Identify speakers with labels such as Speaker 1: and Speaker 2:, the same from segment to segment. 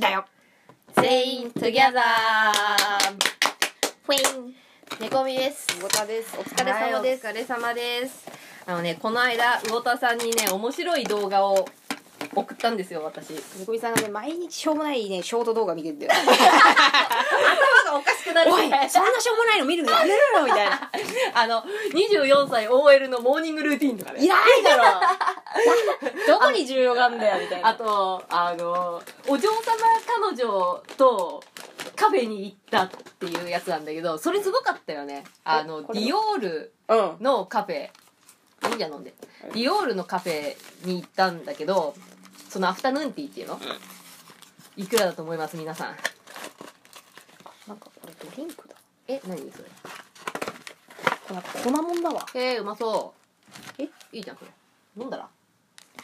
Speaker 1: だよ
Speaker 2: 全員 together
Speaker 1: フィン
Speaker 2: 猫みです
Speaker 1: ごたですお
Speaker 2: お疲れ様です、お疲れ様ですあのねこの間魚田さんにね面白い動画を送ったんですよ 私
Speaker 1: みこみさんがね毎日しょうもないねショート動画見てるん だよ
Speaker 2: 頭がおかしくな
Speaker 1: おいそんなしょうもないの見るのやめろよみたいな
Speaker 2: あの24歳 OL のモーニングルーティンとかね
Speaker 1: いらないだろ どこに重要があんだよみたい
Speaker 2: あ
Speaker 1: な
Speaker 2: とあのお嬢様彼女とカフェに行ったっていうやつなんだけどそれすごかったよねあの
Speaker 1: こ
Speaker 2: デ
Speaker 1: れ
Speaker 2: ィオール
Speaker 1: うん
Speaker 2: のカフェ飲んじゃ飲んで
Speaker 1: はい
Speaker 2: ディオールのカフェに行ったんだけどそのアフタヌーンティーっていうのいくらだと思います皆さん
Speaker 1: なんかこれドリンクだ
Speaker 2: え何そ
Speaker 1: こ
Speaker 2: れ
Speaker 1: れなんか粉もんだわ
Speaker 2: へえうまそう
Speaker 1: え
Speaker 2: いいじゃんそれ飲んだら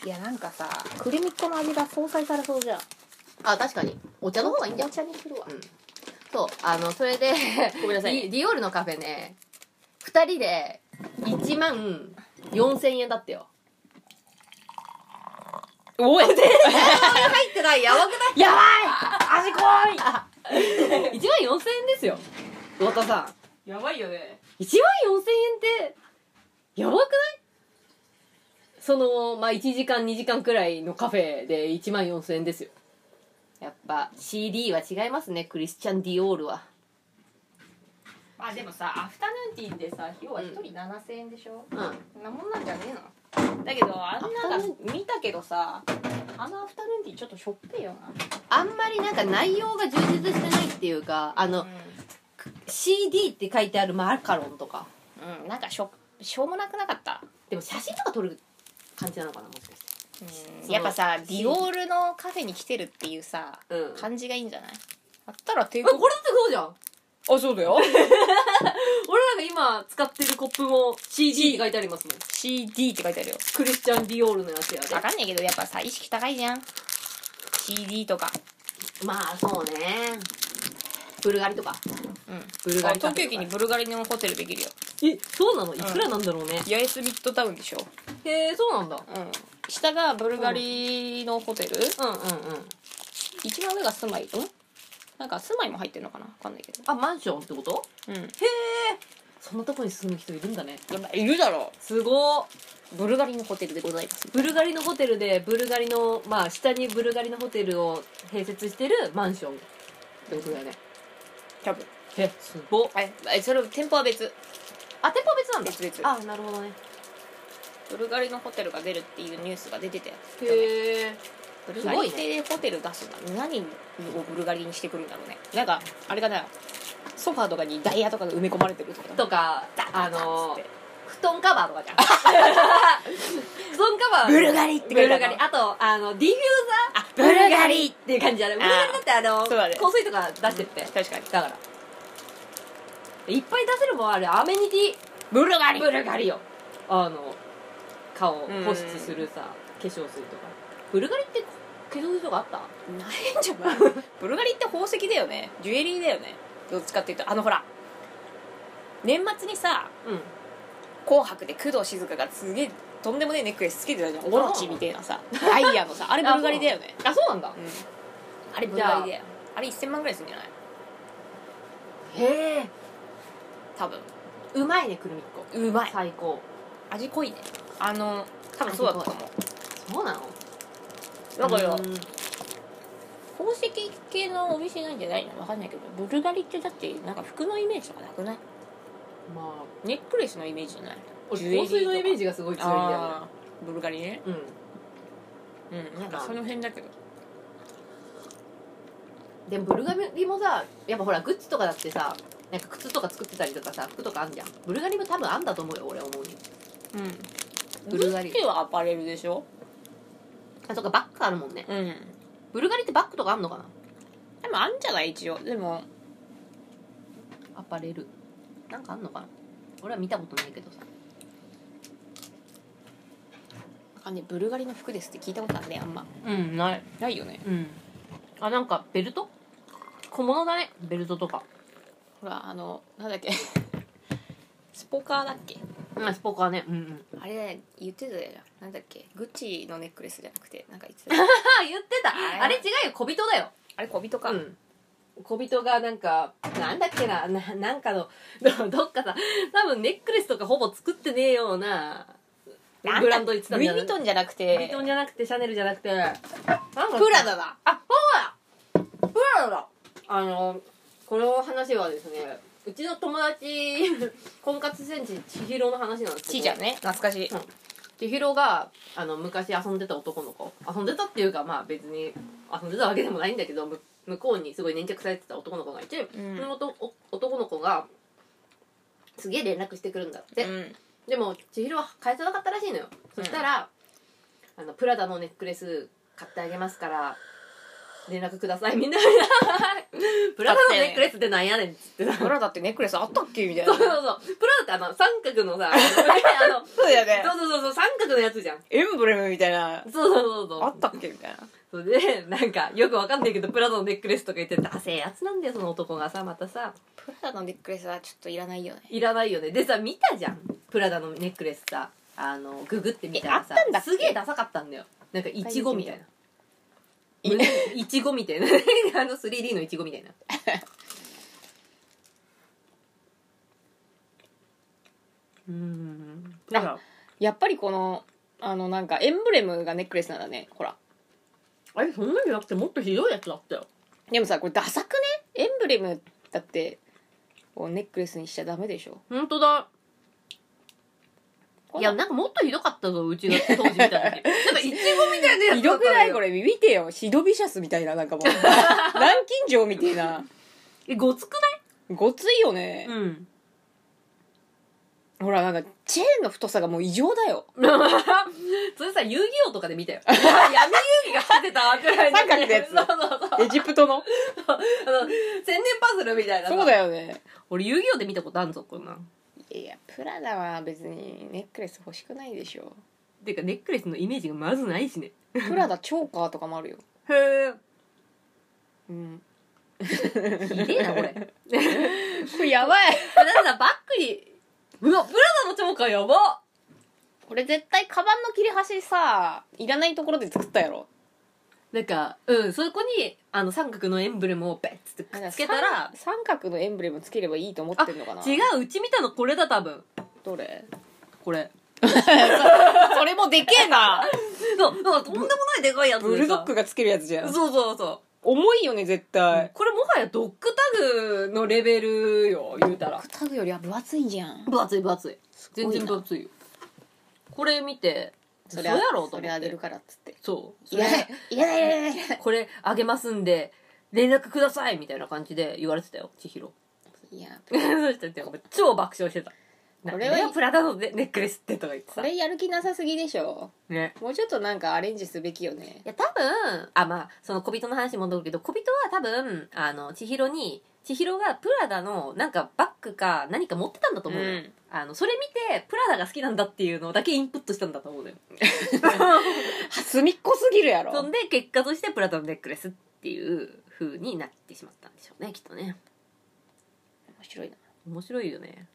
Speaker 1: いやなんかさクリミッコの味が相殺されそうじゃん
Speaker 2: あ確かにお茶の方がいいんじゃん
Speaker 1: お茶にするわ
Speaker 2: うんそうあのそれで
Speaker 1: ごめんなさいね
Speaker 2: ディディオールのカフェね2人で1万4000円だったよ
Speaker 1: おいやばい
Speaker 2: 入ってないやばく
Speaker 1: 味 濃い
Speaker 2: ない1万4000円ですよ太田さん
Speaker 3: やばいよね
Speaker 2: 1万4000円ってやばくないそのまあ1時間2時間くらいのカフェで1万4000円ですよやっぱ CD は違いますねクリスチャン・ディオールは
Speaker 3: まあでもさアフタヌーンティーでさ要は1人7000円でしょ、
Speaker 2: うん
Speaker 3: そんなもんなんじゃねえのだけどあんな
Speaker 2: ア
Speaker 3: が
Speaker 2: フタヌ
Speaker 3: 見たけどさあのアフタヌーンティーちょっとしょっぺいよ
Speaker 2: あんまりなんか内容が充実してないっていうかあ
Speaker 3: な
Speaker 2: の CD って書いてあるマカロンとか
Speaker 3: うん、なんかしょしょうもなくなかった
Speaker 2: でも写真とか撮る感じなのかなもしかして
Speaker 3: うんやっぱさディオールのカフェに来てるっていうさ
Speaker 2: うんこれ
Speaker 3: 感じがいいんじゃないあったら帝
Speaker 2: だっ
Speaker 3: 国
Speaker 2: てそうじゃん
Speaker 3: あそう だよ
Speaker 2: 俺らが今使ってるコップも CD って書いてありますもん
Speaker 3: CD って書いてあるよ
Speaker 2: クリスチャン・ディオールのやつやで
Speaker 3: わかんないけどやっぱさ意識高いじゃん CD とか
Speaker 2: まあそうねブルガリとか
Speaker 3: うん
Speaker 2: ブルガ
Speaker 3: あ
Speaker 2: リカ
Speaker 3: 東
Speaker 2: フ
Speaker 3: 京
Speaker 2: ェ
Speaker 3: 駅
Speaker 2: とか
Speaker 3: にブルガリのホテルできるよ
Speaker 2: えそうなのいくらなんだろうね、
Speaker 3: 八重洲ミッドタウンでしょ
Speaker 2: へえそうなんだ
Speaker 3: うん下がブルガリのホテル、
Speaker 2: うんうんうん
Speaker 3: 一番上が住まいんなんか住まいも入ってるのかなわかんないけど
Speaker 2: あマンションってこと
Speaker 3: うん
Speaker 2: そんなとこに住む人いるんだね
Speaker 3: いるだろ
Speaker 2: すごー
Speaker 3: うブルガリのホテルでございます
Speaker 2: ブルガリのホテルでブルガリのまあ下にブルガリのホテルを併設してるマンションってことだよね
Speaker 3: 多分
Speaker 2: えすごっ
Speaker 3: ええそれ店舗は別
Speaker 2: あ店舗は別なんだ
Speaker 3: 別々
Speaker 2: あなるほどね
Speaker 3: ブルガリのホテルが出るっていうニュースが出てたよ
Speaker 2: へえ
Speaker 3: ブル
Speaker 2: す
Speaker 3: ガ
Speaker 2: ごい
Speaker 3: リ
Speaker 2: ね
Speaker 3: でホテル出すの何をブルガリにしてくるんだろうねなんかあれかなソファーとかにダイヤとかが埋め込まれてるとか
Speaker 2: とかあの
Speaker 3: つ
Speaker 2: ー
Speaker 3: って
Speaker 2: 布団カバーとか じゃん布団カバー
Speaker 3: ブルガリって書いてある
Speaker 2: ブルガリあとあのディフューザー
Speaker 3: ブルガリ
Speaker 2: っていう感じだねブルガリだってあの
Speaker 3: そうだね
Speaker 2: 香水とか出してって、
Speaker 3: 確かに
Speaker 2: だからいっぱい出せるもんあれアメニテ
Speaker 3: ブルガ
Speaker 2: ィ
Speaker 3: リ
Speaker 2: ブルガリよあの顔を
Speaker 3: うん
Speaker 2: 保湿するさ化粧水とかブルガリって化粧水とかあった
Speaker 3: ないんじゃない ブルガリって宝石だよねジュエリーだよねどっちかっていうとあのほら年末にさ
Speaker 2: うん
Speaker 3: 「紅白」で工藤静香がすげえとんでもねえネックレスつけてたじゃん
Speaker 2: あ
Speaker 3: オロチみたいなさダイヤのさあれブルガリだよね
Speaker 2: あそうなんだ
Speaker 3: うんあれブルガリだよあれ1000万ぐらいするんじゃない
Speaker 2: へえ
Speaker 3: 多分
Speaker 2: うまいねくるみっこ
Speaker 3: うまい
Speaker 2: 最高
Speaker 3: 味濃いねあの多分そうだったと思
Speaker 2: そうなの
Speaker 3: うなんかよ
Speaker 2: うん
Speaker 3: 宝石系のお店なんじゃないのわかんないけどブルガリってだってなんか服のイメージとかなくない
Speaker 2: まあ
Speaker 3: ネックレスのイメージじゃないジュエリ
Speaker 2: 俺香水のイメージがすごい強いんだよね
Speaker 3: あーブルガリね
Speaker 2: うん
Speaker 3: うんなんかその辺だけど
Speaker 2: でもブルガリもさやっぱほらグッチとかだってさなんか靴とか作ってたりとかさ服とかあんじゃんブルガリも多分あんだと思うよ俺思うに
Speaker 3: うん
Speaker 2: ブルガリ
Speaker 3: グッチはアパレルでしょ
Speaker 2: あそっかバッグあるもんね
Speaker 3: うん
Speaker 2: ブルガリってバッグとかあんのかな
Speaker 3: でもあんじゃない一応でも
Speaker 2: アパレルなんかあんのかな俺は見たことないけどさ
Speaker 3: なんかねブルガリの服ですって聞いたことあるねあんま
Speaker 2: うんない
Speaker 3: ないよね
Speaker 2: うんあなんかベルト小物だねベルトとか
Speaker 3: ほらあのなんだっけ スポカーだっけ
Speaker 2: うんスポーカーねうん うん
Speaker 3: あれね言ってたよなんだっけグッチのネックレスじゃなくてなんか言ってた
Speaker 2: あ言ってたあれ違うよ小人だよ
Speaker 3: あれ小人か、
Speaker 2: うん、小人がなんかなんだっけなななんかのどどっかさ多分ネックレスとかほぼ作ってねえような
Speaker 3: なんだ
Speaker 2: ブランド言ってたん
Speaker 3: ルイ・ヴ
Speaker 2: じゃない
Speaker 3: ィトンじゃなく
Speaker 2: ルイヴィ
Speaker 3: て
Speaker 2: トンじゃなくてシャネルじゃなくてなんか
Speaker 3: プラダだ
Speaker 2: あそうだプラダだあのこの話はですねうちの友達婚活戦士千尋の話なんです
Speaker 3: ち
Speaker 2: けど
Speaker 3: ーちゃんね懐かしい、
Speaker 2: うん千尋があの昔遊んでた男の子遊んでたっていうかまあ別に遊んでたわけでもないんだけどむ向こうにすごい粘着されてた男の子がいて、
Speaker 3: うん
Speaker 2: その男男の子がすげえ連絡してくるんだって、
Speaker 3: うん
Speaker 2: でも千尋は返さなかったらしいのよ、そしたらあの「プラダのネックレス買ってあげますから連絡ください」みんな 「プラダのネックレスってなんやねん」っつってさ
Speaker 3: プラダってネックレスあったっけみたい
Speaker 2: そ
Speaker 3: な
Speaker 2: うそうそうプラダってあの三角の さあのあの
Speaker 3: そうだよね
Speaker 2: そうそうそうそう三角のやつじゃん
Speaker 3: エンブレムみたいな
Speaker 2: そうそうそうそう
Speaker 3: あったっけみたいな
Speaker 2: それでなんかよくわかんないけどプラダのネックレスとか言ってダセえやつなんだよその男がさまたさ
Speaker 3: プラダのネックレスはちょっといらないよね
Speaker 2: いらないよねでさ見たじゃんプラダのネックレスさあのググってみたらさ
Speaker 3: えあったんだっけ
Speaker 2: すげえダサかったんだよなんかイチゴみたいない
Speaker 3: いね
Speaker 2: イチゴみ たいなあの 3D のイチゴみたいなうーんなんか
Speaker 3: やっぱりこのあのなんかエンブレムがネックレスなんだねほら
Speaker 2: あれそんなんじゃなくてもっとひどいやつだったよ
Speaker 3: でもさこれダサくねエンブレムだってこうネックレスにしちゃダメでしょ
Speaker 2: 本当だ
Speaker 3: こん
Speaker 2: い
Speaker 3: な
Speaker 2: やなんかもっとひどかったぞうちが当時見た 時なんかイチゴみたいなやつ
Speaker 3: ひどくないこ
Speaker 2: れ
Speaker 3: れ見てよシドビシャスみたいななんか もう南京錠みたいな
Speaker 2: えごつく
Speaker 3: ごついよね
Speaker 2: な、いうん
Speaker 3: ほらなんかチェーンの太さがもう異常だよ
Speaker 2: それさ、遊戯王とかで見 たよ。闇遊戯が勝てたくらいの
Speaker 3: 三角のやつ
Speaker 2: そうそうそう。
Speaker 3: エジプトの
Speaker 2: あの、千年パズルみたいなさ。
Speaker 3: そうだよね
Speaker 2: 俺遊戯王で見たことあんぞ、こんなん。
Speaker 3: いやプラダは別にネックレス欲しくないでしょ
Speaker 2: てか、ネックレスのイメージがまずないしね。
Speaker 3: プラダチョーカーとかもあるよ
Speaker 2: へえ。
Speaker 3: うん
Speaker 2: ひでえな、これ。だ って
Speaker 3: これやばい
Speaker 2: さ、バックに、うわ、プラダのチョーカーやば
Speaker 3: これ絶対カバンの切れ端さいらないところで作ったやろ
Speaker 2: なんか、うん、そこに、あの、三角のエンブレムをベッつってくっつけたら、
Speaker 3: 三角のエンブレムつければいいと思ってんのかな
Speaker 2: 違う、うち見たのこれだ、多分。
Speaker 3: どれ
Speaker 2: これ。
Speaker 3: それもでけえな
Speaker 2: そう、なんかとんでもないでかいやつでさ
Speaker 3: ブルドッグがつけるやつじゃん
Speaker 2: そうそうそう。
Speaker 3: 重いよね絶対
Speaker 2: これもはやドッグタグのレベルよ言うたら
Speaker 3: タグよりは分厚いじゃん
Speaker 2: 分厚い分厚い
Speaker 3: ごい
Speaker 2: 全
Speaker 3: な
Speaker 2: 然分厚いよこれ見てそ
Speaker 3: そ
Speaker 2: れ
Speaker 3: れ
Speaker 2: や
Speaker 3: や
Speaker 2: ろ
Speaker 3: ろ
Speaker 2: う
Speaker 3: う
Speaker 2: と
Speaker 3: と
Speaker 2: 思
Speaker 3: 思
Speaker 2: っ
Speaker 3: っててからっつって
Speaker 2: そうそ
Speaker 3: い
Speaker 2: れ
Speaker 3: らないいらないいらないいらない
Speaker 2: これあげますんで連絡くださいみたいな感じで言われてたよ千尋
Speaker 3: いや
Speaker 2: そしてて超爆笑してた
Speaker 3: こ
Speaker 2: こ
Speaker 3: れ
Speaker 2: れ
Speaker 3: は
Speaker 2: はプラダのネネックレスってとか言って
Speaker 3: こ
Speaker 2: さ
Speaker 3: れやる気なさすぎでしょ
Speaker 2: ね
Speaker 3: もうちょっとなんかアレンジすべきよね
Speaker 2: いや多分あまあその小人の話に戻るけど小人は多分あの千尋に千尋がプラダのなんかバッグか何か持ってたんだと思うよ、
Speaker 3: うん
Speaker 2: あのそれ見てプラダが好きなんだっていうのだけインプットしたんだと思うのよ
Speaker 3: 隅っこすぎるやろ
Speaker 2: そんで結果としてプラダのネックレスっていう風になってしまったんでしょうねきっとね
Speaker 3: 白いな
Speaker 2: 面白いよね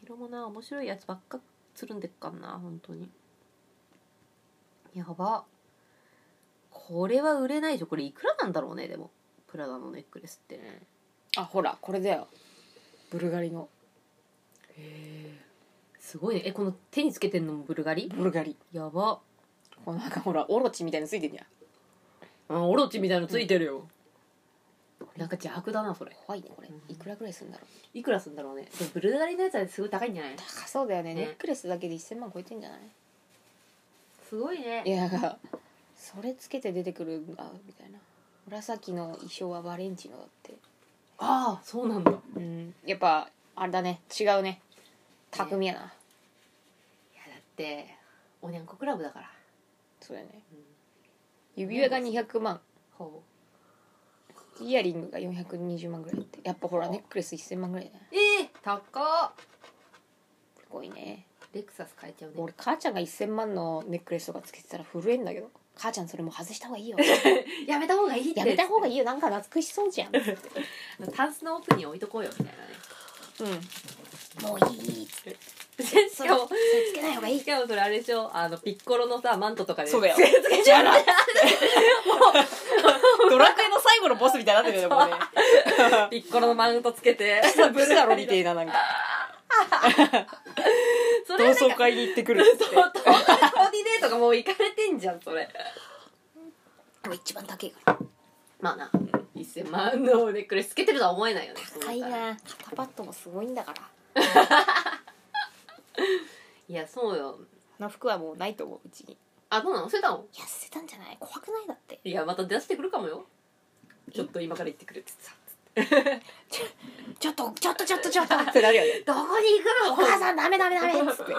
Speaker 2: 千尋もな面白いやつばっかつるんでっかんな本当にやばこれは売れないでしょこれいくらなんだろうねでもプラダのネックレスってね
Speaker 3: あほらこれだよブルガリの
Speaker 2: すごいねえこの手につけてんのもブルガリ
Speaker 3: ブルガリ
Speaker 2: やば
Speaker 3: このなんかほらオロチみたいのついてんじゃん
Speaker 2: あオロチみたいのついてるよ、なんか邪悪だなそれ
Speaker 3: 怖いねこれいくらぐらいするんだろう
Speaker 2: いくらすんだろうねでもブルガリのやつはすごい高いんじゃない
Speaker 3: 高そうだよね
Speaker 2: ね
Speaker 3: ネックレスだけで1000万超えてんじゃない
Speaker 2: すごいね
Speaker 3: いやだからそれつけて出てくるんだみたいな紫の衣装はバレンチノだって
Speaker 2: ああそうなんだや
Speaker 3: うんやっぱあれだね違うね匠やな、
Speaker 2: だっておにゃんこクラブだから
Speaker 3: そうだよね指輪が200万
Speaker 2: ほう
Speaker 3: イヤリングが420万ぐらいってやっぱほらネックレス1000万ぐらいだね
Speaker 2: ええ高っ
Speaker 3: すごいね
Speaker 2: レクサス変えちゃうね
Speaker 3: 俺母ちゃんが1000万のネックレスとかつけてたら震えんだけど母ちゃんそれもう外した方が いいよ
Speaker 2: やめた方がいいって
Speaker 3: やめた方がいいよなんか懐かしそうじゃんうん
Speaker 2: タンスの奥に置いとこうよみたいなね
Speaker 3: もういいっつって
Speaker 2: し
Speaker 3: それ
Speaker 2: か
Speaker 3: そ
Speaker 2: も
Speaker 3: れつけない方がいい
Speaker 2: しかもそれあれでしょあのピッコロのさマントとかで
Speaker 3: そうだよ
Speaker 2: つけちゃう
Speaker 3: ドラクエの最後のボスみたいになってるよねもうね
Speaker 2: ピッコロのマウントつけて
Speaker 3: ブルだろみてえななんか
Speaker 2: そ
Speaker 3: 同
Speaker 2: れなんか
Speaker 3: 窓会に行ってくるっつって
Speaker 2: そうコーディネートがもういかれてんじゃんそれ
Speaker 3: もう一番高いから
Speaker 2: まあな1000万のネックレスつけてるとは思えないよね
Speaker 3: 高いな肩パッドもすごいんだから
Speaker 2: いやそうよ
Speaker 3: あの服はもうないと思ううちにい
Speaker 2: あどうなの捨てたの
Speaker 3: や捨てたんじゃない怖くないだって
Speaker 2: いやまた出してくるかもよちょっと今から行ってくるってさ
Speaker 3: ちょっとちょっとちょっとちょっとってなるよね
Speaker 2: どこに行
Speaker 3: お
Speaker 2: くの
Speaker 3: 母さんダメダメダメっつって、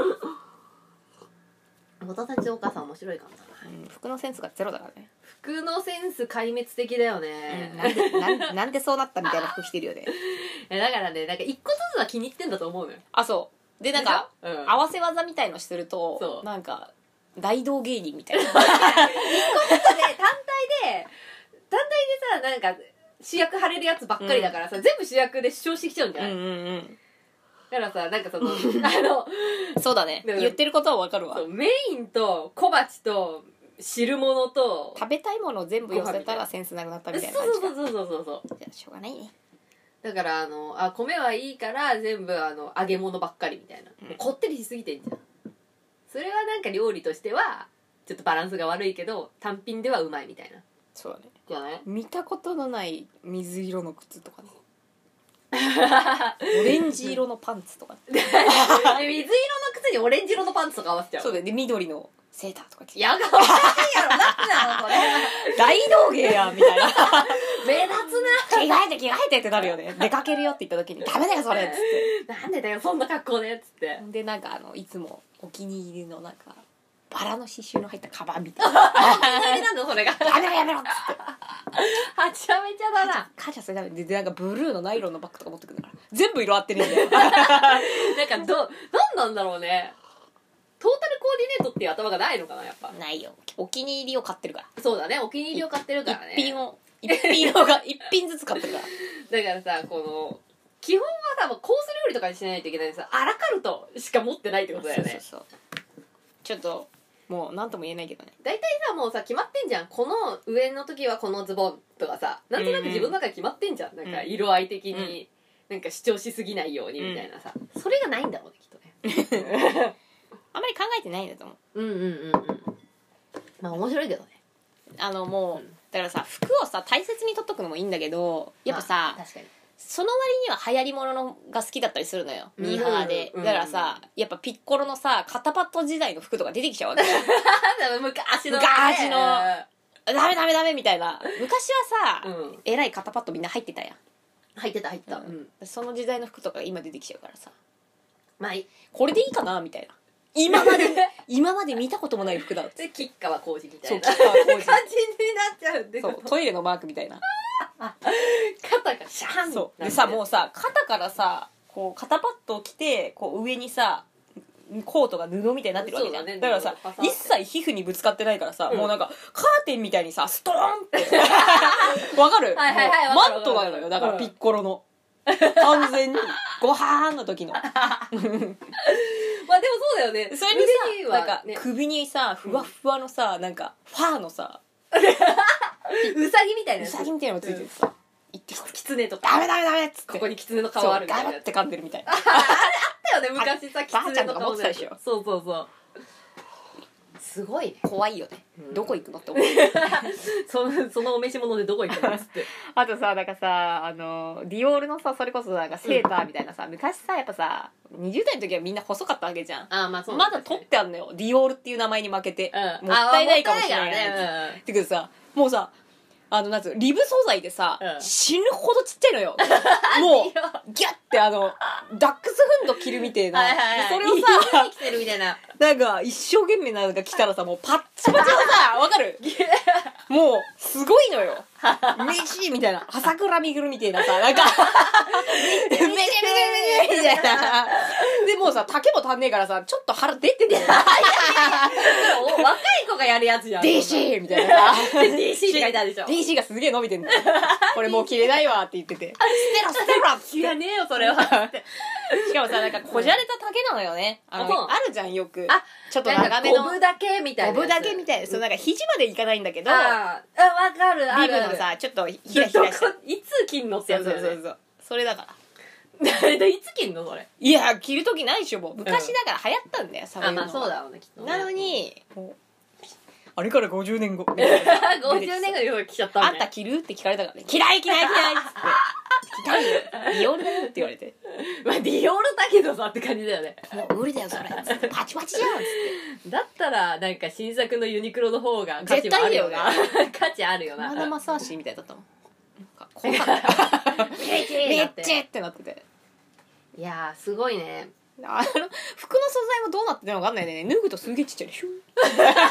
Speaker 2: 元たちお母さん面白いかもな
Speaker 3: うん、服のセンスがゼロだからね、
Speaker 2: 服のセンス壊滅的だよね、
Speaker 3: なんでなんなんでそうなったみたいな服着てるよね
Speaker 2: えだからねなんか一個ずつは気に入ってんだと思うのよ
Speaker 3: あそうでなんか
Speaker 2: でしょうん
Speaker 3: 合わせ技みたいのする
Speaker 2: そ
Speaker 3: と
Speaker 2: う
Speaker 3: なんか大道芸人みたいな
Speaker 2: で単体で単体でさなんか主役張れるやつばっかりだからさ、全部主役で主張してきちゃ うんじゃない、
Speaker 3: うんうん
Speaker 2: だからさなんかそ のあの
Speaker 3: うんそうだね
Speaker 2: でも
Speaker 3: 言ってることはわかるわ
Speaker 2: そうメインと小鉢と汁物と
Speaker 3: 食べたいものを全部寄せたらセンスなくなったみたいな感
Speaker 2: そ
Speaker 3: じ
Speaker 2: う
Speaker 3: か
Speaker 2: そうそうそうそうそう
Speaker 3: じゃあしょうがないね
Speaker 2: だからあのあ米はいいから全部あの揚げ物ばっかりみたいな、
Speaker 3: うん
Speaker 2: こってりしすぎてんじゃんそれはなんか料理としてはちょっとバランスが悪いけど単品ではうまいみたいな
Speaker 3: そうだね
Speaker 2: じゃない
Speaker 3: 見たことのない水色の靴と かねオレンジ色のパンツとか
Speaker 2: で水色の靴にオレンジ色のパンツとか合わせちゃう
Speaker 3: そうだよね緑のセーターとか着て
Speaker 2: やがおかしいやろなんなのこれ
Speaker 3: 大道芸やみたいな
Speaker 2: 目立つ
Speaker 3: 着替えて着替えてってなるよね出かけるよって言った時に「ダメだよそれ」っつっ
Speaker 2: ななんでだよそんな格好でっつって
Speaker 3: てでなんかあのいつもお気に入りのなんかバラの刺繍の入ったカバンみたいな
Speaker 2: それでなんだそれが
Speaker 3: 「やめろやめろ」っつって
Speaker 2: はちゃめちゃだな
Speaker 3: 母ちゃんそれダメででなんかブルーのナイロンのバッグとか持ってくるんだから全部色合ってるんだよ
Speaker 2: なんかど何なんだろうねトータルコーディネートっていう頭がないのかなやっぱ
Speaker 3: ないよお気に入りを買ってるから
Speaker 2: そうだねお気に入りを買ってるからね
Speaker 3: 一品を一品をが一品ずつ買ってるから
Speaker 2: だからさこの基本はさもうコース料理とかにしないといけないんでさアラカルトしか持ってないってことだよね
Speaker 3: そうそうそうちょっともう何とも言えないけどね
Speaker 2: 大体さもうさ決まってんじゃんこの上の時はこのズボンとかさなんとなく自分の中で決まってんじゃん、なんか色合い的に、なんか主張しすぎないようにみたいなさ、それがないんだろうねきっとね
Speaker 3: あんまり考えてないんだと思う
Speaker 2: うんうんうんうんまあ面白いけどね
Speaker 3: あのもう、
Speaker 2: うん
Speaker 3: だからさ服をさ大切に取っとくのもいいんだけどやっぱさ、
Speaker 2: まあ確かに
Speaker 3: その割には流行り物のが好きだったりするのよ
Speaker 2: うん
Speaker 3: ミーハーで、
Speaker 2: うん
Speaker 3: だからさやっぱピッコロのさ肩パッド時代の服とか出てきちゃうわ け
Speaker 2: あ昔の
Speaker 3: 昔のダメダメダメみたいな昔はさ、
Speaker 2: うん
Speaker 3: えらい肩パッドみんな入ってたやん
Speaker 2: 入ってた入ってた、うん
Speaker 3: その時代の服とか今出てきちゃうからさ
Speaker 2: まあいい
Speaker 3: これでいいかなみたいな今まで 今まで見たこともない服 だって
Speaker 2: で吉川浩司みた
Speaker 3: そう
Speaker 2: いな
Speaker 3: 吉
Speaker 2: 感
Speaker 3: 川晃司
Speaker 2: じになっちゃうって
Speaker 3: そ
Speaker 2: こ
Speaker 3: う
Speaker 2: と
Speaker 3: トイレのマークみたいな
Speaker 2: 肩がシャン
Speaker 3: そうでさもう
Speaker 2: う
Speaker 3: さ肩からさこう肩パッドを着てこう上にさコートが布みたいになってるわけじゃん
Speaker 2: そ
Speaker 3: だ,、
Speaker 2: うだね
Speaker 3: からさ
Speaker 2: 布がパサー
Speaker 3: 一切皮膚にぶつかってないからさ、
Speaker 2: うん
Speaker 3: もうなんかカーテンみたいにさストーンって わかる
Speaker 2: はいはいはい
Speaker 3: もう
Speaker 2: わかる
Speaker 3: マントなの
Speaker 2: わか
Speaker 3: よ
Speaker 2: る
Speaker 3: だから
Speaker 2: うん
Speaker 3: ピッコロの完全にごはーんの時の
Speaker 2: まあでもそうだよね
Speaker 3: それに
Speaker 2: 腕
Speaker 3: さ、
Speaker 2: は
Speaker 3: なんか
Speaker 2: ね
Speaker 3: 首にさふわっふわのさなんかファーのさ
Speaker 2: うさぎみたいな
Speaker 3: ウ
Speaker 2: やつ
Speaker 3: サギみたいなのついててさ「行ってきて
Speaker 2: キツネと
Speaker 3: ダ
Speaker 2: か
Speaker 3: メダメダメ」っつって
Speaker 2: ここにキツネの
Speaker 3: そ
Speaker 2: 顔あ
Speaker 3: う
Speaker 2: るみた
Speaker 3: ガ
Speaker 2: いな
Speaker 3: バ
Speaker 2: や
Speaker 3: っ
Speaker 2: つ
Speaker 3: て噛んでるみたいな
Speaker 2: だよね昔さキ
Speaker 3: ば
Speaker 2: ツ
Speaker 3: あちゃ
Speaker 2: ネ
Speaker 3: んと
Speaker 2: の
Speaker 3: か持
Speaker 2: 顔
Speaker 3: ってたでしょ
Speaker 2: そうそうそうすごいね
Speaker 3: 怖いよね、
Speaker 2: うん
Speaker 3: どこ行くのって思う
Speaker 2: そのそのお召し物でどこ行くのっつって
Speaker 3: あとさなんかさあのディオールのさそれこそなんかセーターみたいなさ、昔さやっぱさ20代の時はみんな細かったわけじゃん、
Speaker 2: ああまあそう
Speaker 3: まだ取ってあんのよディオールっていう名前に負けて、
Speaker 2: うん
Speaker 3: もったいないかもしれない
Speaker 2: あもったいないからねうん
Speaker 3: だけどさもうさあのなんつうのリブ素材でさ、
Speaker 2: うん
Speaker 3: 死ぬほどちっちゃいのよも
Speaker 2: ディオー
Speaker 3: うギャッてあのダックスフンド着るみてえな、
Speaker 2: はいはいはい
Speaker 3: でそれをさ
Speaker 2: 生きてるみたいな
Speaker 3: なんか一生懸命なんか来たらさもうパッチパチのさわかるもうすごいのよ飯みたいな朝倉未来みたいなさなんかめちゃめちゃめちゃみたいなでもうさ丈も足んねえからさちょっと腹出てんだよ
Speaker 2: お若い子がやるやつじゃん
Speaker 3: DC! みたいな
Speaker 2: DC って書いてあるでしょ
Speaker 3: DC がすげえ伸びてんだ よこれもう着れないわって言ってて捨てろ捨てろっつ
Speaker 2: いや
Speaker 3: っ
Speaker 2: ねえよそれはって
Speaker 3: て しかもさなんかこじゃれた丈なのよねあの
Speaker 2: あそう
Speaker 3: あるじゃんよく
Speaker 2: あ
Speaker 3: ちょっと
Speaker 2: なん
Speaker 3: 長
Speaker 2: か
Speaker 3: めの
Speaker 2: ボブだけみたいな
Speaker 3: ボブだけみたいなそうなんか肘までいかないんだけど
Speaker 2: あああわかるあ
Speaker 3: リ
Speaker 2: る
Speaker 3: ブののさちょっとひ
Speaker 2: ど
Speaker 3: らひ
Speaker 2: こ
Speaker 3: らした
Speaker 2: いつ切んのって
Speaker 3: そ
Speaker 2: や
Speaker 3: うそう
Speaker 2: つだ
Speaker 3: そ
Speaker 2: よ
Speaker 3: う
Speaker 2: ね
Speaker 3: そうそれだから
Speaker 2: だいつ切んのそれ
Speaker 3: いや着る時ないでしょもう昔だから流行ったんだよ、そういう
Speaker 2: あ
Speaker 3: の
Speaker 2: まあそうだろうねきっとね
Speaker 3: なのにもうあれから50年 後みたいな
Speaker 2: 50年後に来 ちゃった
Speaker 3: あ
Speaker 2: ん
Speaker 3: ん
Speaker 2: ね
Speaker 3: た着るって聞かれたからね嫌い嫌い嫌いっつって着たいよディオールだよって言われて
Speaker 2: まあディオールだけどさって感じだよね
Speaker 3: もう無理だよそれつってパチパチじゃんつって
Speaker 2: だったらなんか新作のユニクロの方が価値もあるよな 価値あるよな
Speaker 3: 前田正義みたいだったもんなんか怖かった
Speaker 2: めっち
Speaker 3: めっちゃってなってて
Speaker 2: いやーすごいね
Speaker 3: あの服の素材もどうなってるのかわかんないね脱ぐとすげえちっちゃいでしょ
Speaker 2: え侵食する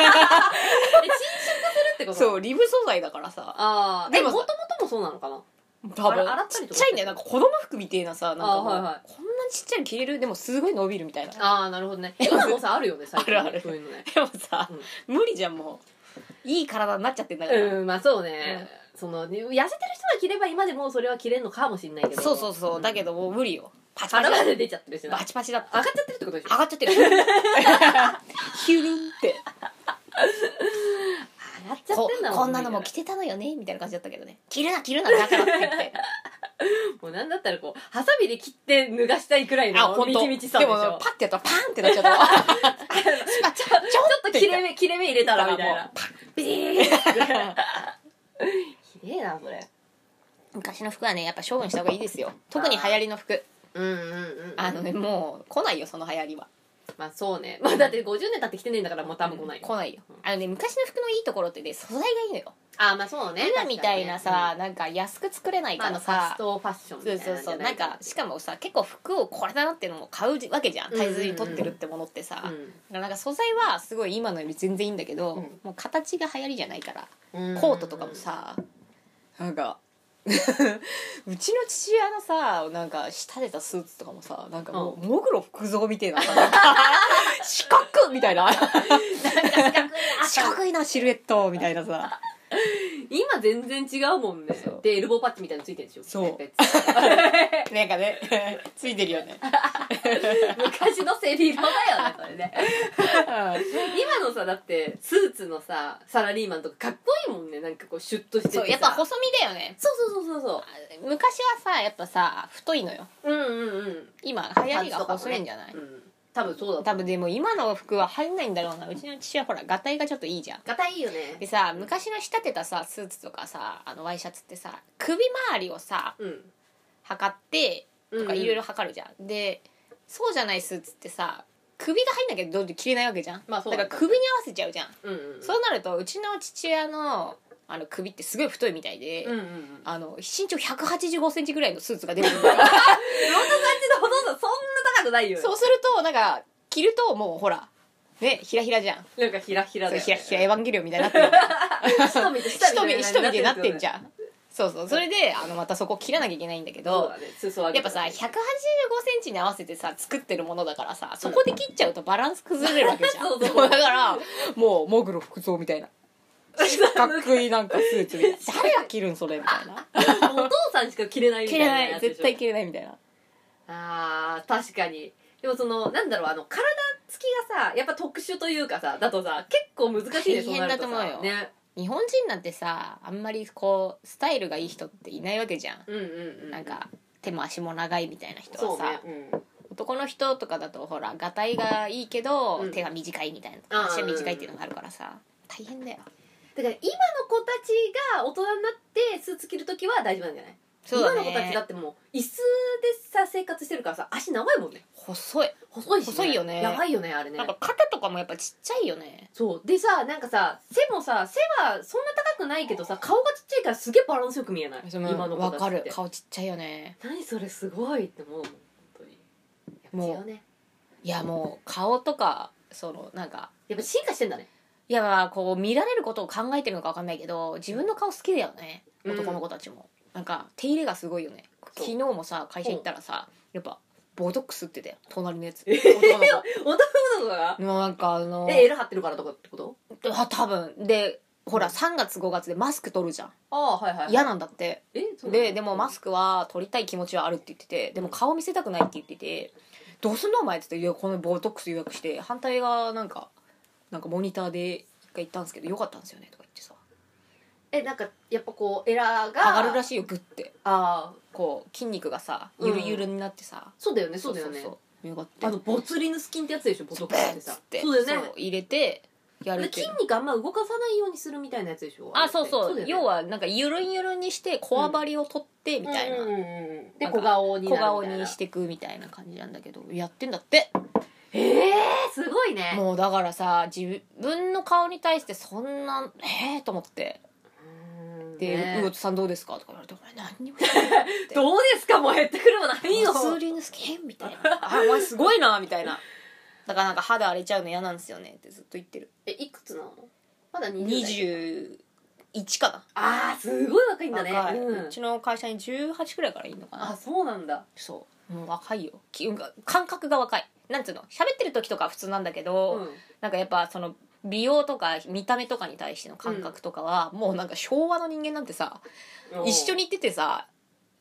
Speaker 2: ってこと
Speaker 3: そうリブ素材だからさ
Speaker 2: ああ
Speaker 3: で
Speaker 2: で
Speaker 3: も
Speaker 2: ももともともそうなのかな
Speaker 3: 多分
Speaker 2: あ洗った
Speaker 3: ち
Speaker 2: り
Speaker 3: っ
Speaker 2: とか
Speaker 3: ちゃいんだよなんか子供服みてえなさなんかもう
Speaker 2: あはいはい
Speaker 3: こんなにちっちゃいの着れるでもすごい伸びるみたいな
Speaker 2: ああなるほどね今もさあるよね最近ね
Speaker 3: あるある
Speaker 2: そういうのね
Speaker 3: でもさ、無理じゃんもういい体になっちゃってんだから、
Speaker 2: うんまあそうね、そのね痩せてる人が着れば今でもそれは着れるのかもしれないけど
Speaker 3: そうそうそう、
Speaker 2: ん
Speaker 3: だけどもう無理よパチパチ
Speaker 2: 腹
Speaker 3: だ
Speaker 2: まで出ちゃってるしな
Speaker 3: バチパチだった
Speaker 2: 上がっちゃってるってことでしょ
Speaker 3: 上がっちゃってる ヒュルンって
Speaker 2: 上がっちゃっ
Speaker 3: こ
Speaker 2: てんだもん
Speaker 3: こんなのも着てたのよねみたいな感じだったけどね着るな着るなだからって言って
Speaker 2: もうなんだったらこうハサミで切って脱がしたいくらい
Speaker 3: あ
Speaker 2: のみ
Speaker 3: 本当
Speaker 2: ちみちさでしょ
Speaker 3: もパッてやったらパーンってなっちゃった ちょ
Speaker 2: ちょっと切
Speaker 3: い
Speaker 2: れ目切れ目入れたらみたい
Speaker 3: だ
Speaker 2: な
Speaker 3: か
Speaker 2: パッビーン ひでえなそれ
Speaker 3: 昔の服はねやっぱ処分した方がいいですよ特に流行りの服
Speaker 2: うんうんうん
Speaker 3: あのねもう来ないよその流行りは
Speaker 2: まあそうねまあだって50年経ってきてねえんだからもう多分来ないよ、
Speaker 3: 来ないよあのね昔の服のいいところってね素材がいいのよ
Speaker 2: ああまあそうね
Speaker 3: 今みたいなさ、なんか安く作れない
Speaker 2: 確かにねうんまあ
Speaker 3: からさ
Speaker 2: あのファス、トファッションみた
Speaker 3: そ
Speaker 2: いうな
Speaker 3: そうそうなんかし
Speaker 2: か
Speaker 3: かもさ結構服をこれだなってのも買うわけじゃん
Speaker 2: うんうんうん
Speaker 3: 大切に取ってるってものってさ、
Speaker 2: う
Speaker 3: なんか素材はすごい今のより全然いいんだけど、
Speaker 2: うん
Speaker 3: もう形が流行りじゃないから、
Speaker 2: ん
Speaker 3: コートとかもさなんか うちの父親のさなんか仕立てたスーツとかもさなんかもうもぐろ福蔵みたいなさ なんか四角みたい な四角いなシルエットみたいなさ
Speaker 2: 今全然違うもんね
Speaker 3: そう
Speaker 2: でエルボーパッチみたいなのついてるでしょ
Speaker 3: そう
Speaker 2: 別
Speaker 3: なんかね ついてるよね
Speaker 2: 昔のセリロだよねそれね今のさだってスーツのさサラリーマンとかかっこいいもんねなんかこうシュッとしててさ
Speaker 3: そうやっぱ細身だよね
Speaker 2: そうそうそうそうそ
Speaker 3: 昔はさやっぱさ太いのよ
Speaker 2: ううんうんうん
Speaker 3: 今流行りが細いんじゃない、
Speaker 2: うん、多分そうだ
Speaker 3: 多分でも今の服は入んないんだろうなうちの父はほらガタイがちょっといいじゃん
Speaker 2: 硬いよね
Speaker 3: でさ昔の仕立てたさスーツとかさあのワイシャツってさ首周りをさ
Speaker 2: うん
Speaker 3: 測ってとかいろいろ測るじゃん、でそうじゃないスーツってさ首が入んなきゃどうって着れないわけじゃん、
Speaker 2: まあそう
Speaker 3: だ
Speaker 2: だ
Speaker 3: から首に合わせちゃうじゃん、
Speaker 2: うんうん
Speaker 3: そうなるとうちの父親のあの首ってすごい太いみたいで、
Speaker 2: うんうんうん
Speaker 3: あの身長1 8 5ンチぐらいのスーツが出てくる
Speaker 2: ほとんどそんな高くないよ ね
Speaker 3: そうするとなんか着るともうほらねひらひらじゃん
Speaker 2: なんかひらひら
Speaker 3: そう
Speaker 2: だよ
Speaker 3: ひら
Speaker 2: ね
Speaker 3: ひらエヴァンゲリオンみたいになって る
Speaker 2: 一目で
Speaker 3: 一目一目でなってんじ
Speaker 2: ゃん
Speaker 3: ゃんそうそうそれであのまたそこ切らなきゃいけないんだけ
Speaker 2: そう
Speaker 3: ど
Speaker 2: だね裾上
Speaker 3: や
Speaker 2: げ
Speaker 3: っぱさ1 8 5ンチに合わせてさ作ってるものだからさそこで切っちゃうとバランス崩れるわけじゃん
Speaker 2: そうそう
Speaker 3: だからもうモグロ服装みたいな四角いなんかスーツ みたいな誰が着るんそれみたいな
Speaker 2: お父さんしか着れないみた
Speaker 3: 着
Speaker 2: い
Speaker 3: れ
Speaker 2: な
Speaker 3: な
Speaker 2: や
Speaker 3: い
Speaker 2: つでし
Speaker 3: 絶
Speaker 2: ょ
Speaker 3: 対着れないみたいな
Speaker 2: あー確かにでもそのなんだろうあの体つきがさやっぱ特殊というかさだとさ結構難しいで
Speaker 3: 大変だと思うよ
Speaker 2: そうなるとさね
Speaker 3: 日本人なんてさあんまりこうスタイルがいい人っていないわけじゃん、
Speaker 2: うんうんうん
Speaker 3: なんか手も足も長いみたいな人
Speaker 2: そ
Speaker 3: は
Speaker 2: う
Speaker 3: さ、
Speaker 2: ねうん
Speaker 3: 男の人とかだとほらがたいがいいけど、
Speaker 2: うん
Speaker 3: 手が短いみたい
Speaker 2: あ
Speaker 3: な
Speaker 2: ー
Speaker 3: 足が短いっていうのがあるからさ大変だよ
Speaker 2: だから今の子たちが大人になってスーツ着るときは大丈夫なんじゃない今の子たちだってもう椅子でさ生活してるからさ足長いもんね
Speaker 3: 細い、
Speaker 2: 細いし、
Speaker 3: 細いよね
Speaker 2: やばいよねあれね
Speaker 3: なんか肩とかもやっぱちっちゃいよね
Speaker 2: そうでさなんかさ背もさ背はそんな高くないけどさ顔がちっちゃいからすげえバランスよく見えない今の子
Speaker 3: わ
Speaker 2: たちって
Speaker 3: かる顔ちっちゃいよね
Speaker 2: 何それすごいって思うもん本当に
Speaker 3: もう
Speaker 2: やっぱ違うね
Speaker 3: いやもう顔とかそのなんか
Speaker 2: やっぱ進化してんだね
Speaker 3: いやまあこう見られることを考えてるのかわかんないけど自分の顔好きだよね
Speaker 2: うん
Speaker 3: 男の子たちも、なんか手入れがすごいよね
Speaker 2: そ
Speaker 3: 昨
Speaker 2: う
Speaker 3: 日もさ会社行ったらさやっぱボトックス打ってたよ隣のやつ
Speaker 2: え
Speaker 3: 男の
Speaker 2: 男の子が
Speaker 3: 子なんかあの
Speaker 2: えエラ張ってるからとかってこと
Speaker 3: あ多分でほら3月5月でマスク取るじゃん
Speaker 2: ああはいは
Speaker 3: 嫌なんだって
Speaker 2: えそうなの
Speaker 3: ででもマスクは取りたい気持ちはあるって言っててでも顔見せたくないって言ってて「どうすんのお前」って言って「いやこのボトックス予約して反対がなんかなんかモニターで一回行ったんですけどよかったんですよね」とか言ってさ
Speaker 2: えなんかやっぱこうエラーが
Speaker 3: 上がるら
Speaker 2: しい
Speaker 3: しいよグッて
Speaker 2: ああ
Speaker 3: こう筋肉がさ
Speaker 2: うん
Speaker 3: ゆるゆるになってさ、
Speaker 2: そうだよねそうだよね
Speaker 3: そうそうよかった
Speaker 2: あのボツリヌス筋ってやつでしょボトックスってさ
Speaker 3: て
Speaker 2: そうだよね
Speaker 3: そう入れてやる
Speaker 2: で
Speaker 3: っていう
Speaker 2: 筋肉あんま動かさないようにするみたいなやつでしょれ
Speaker 3: あ
Speaker 2: って
Speaker 3: そうそう
Speaker 2: だよね
Speaker 3: 要はなんかゆるんゆるんにしてこわばりを取ってみたいな、
Speaker 2: うんうんうんで
Speaker 3: なんか
Speaker 2: 小顔に
Speaker 3: 小顔
Speaker 2: なるみたいな
Speaker 3: にしてくみたいな感じなんだけどやってんだって
Speaker 2: ええすごいね
Speaker 3: もうだからさ自分の顔に対してそんなええと思って「で、
Speaker 2: ね
Speaker 3: 魚津さんどうですか?」とか言われ て「お前何にも言わない
Speaker 2: どうですかもう減ってくるもないよ
Speaker 3: スーリングスケン」みたいな「 あお前すごいな」みたいなだからなんか肌荒れちゃうの嫌なんですよねってずっと言ってる
Speaker 2: えいくつなのまだ20代
Speaker 3: 21かな
Speaker 2: ああすごい若いんだね
Speaker 3: 若い、
Speaker 2: う
Speaker 3: うんちの会社に18くらいからいいのか
Speaker 2: あ
Speaker 3: な
Speaker 2: そうなんだ
Speaker 3: そうもう若いよきうん感覚が若いなんつうの喋ってる時とかは普通なんだけど、
Speaker 2: うん
Speaker 3: なんかやっぱその美容とか見た目とかに対しての感覚とかは、もうなんか昭和の人間なんてさ一緒に行っててさ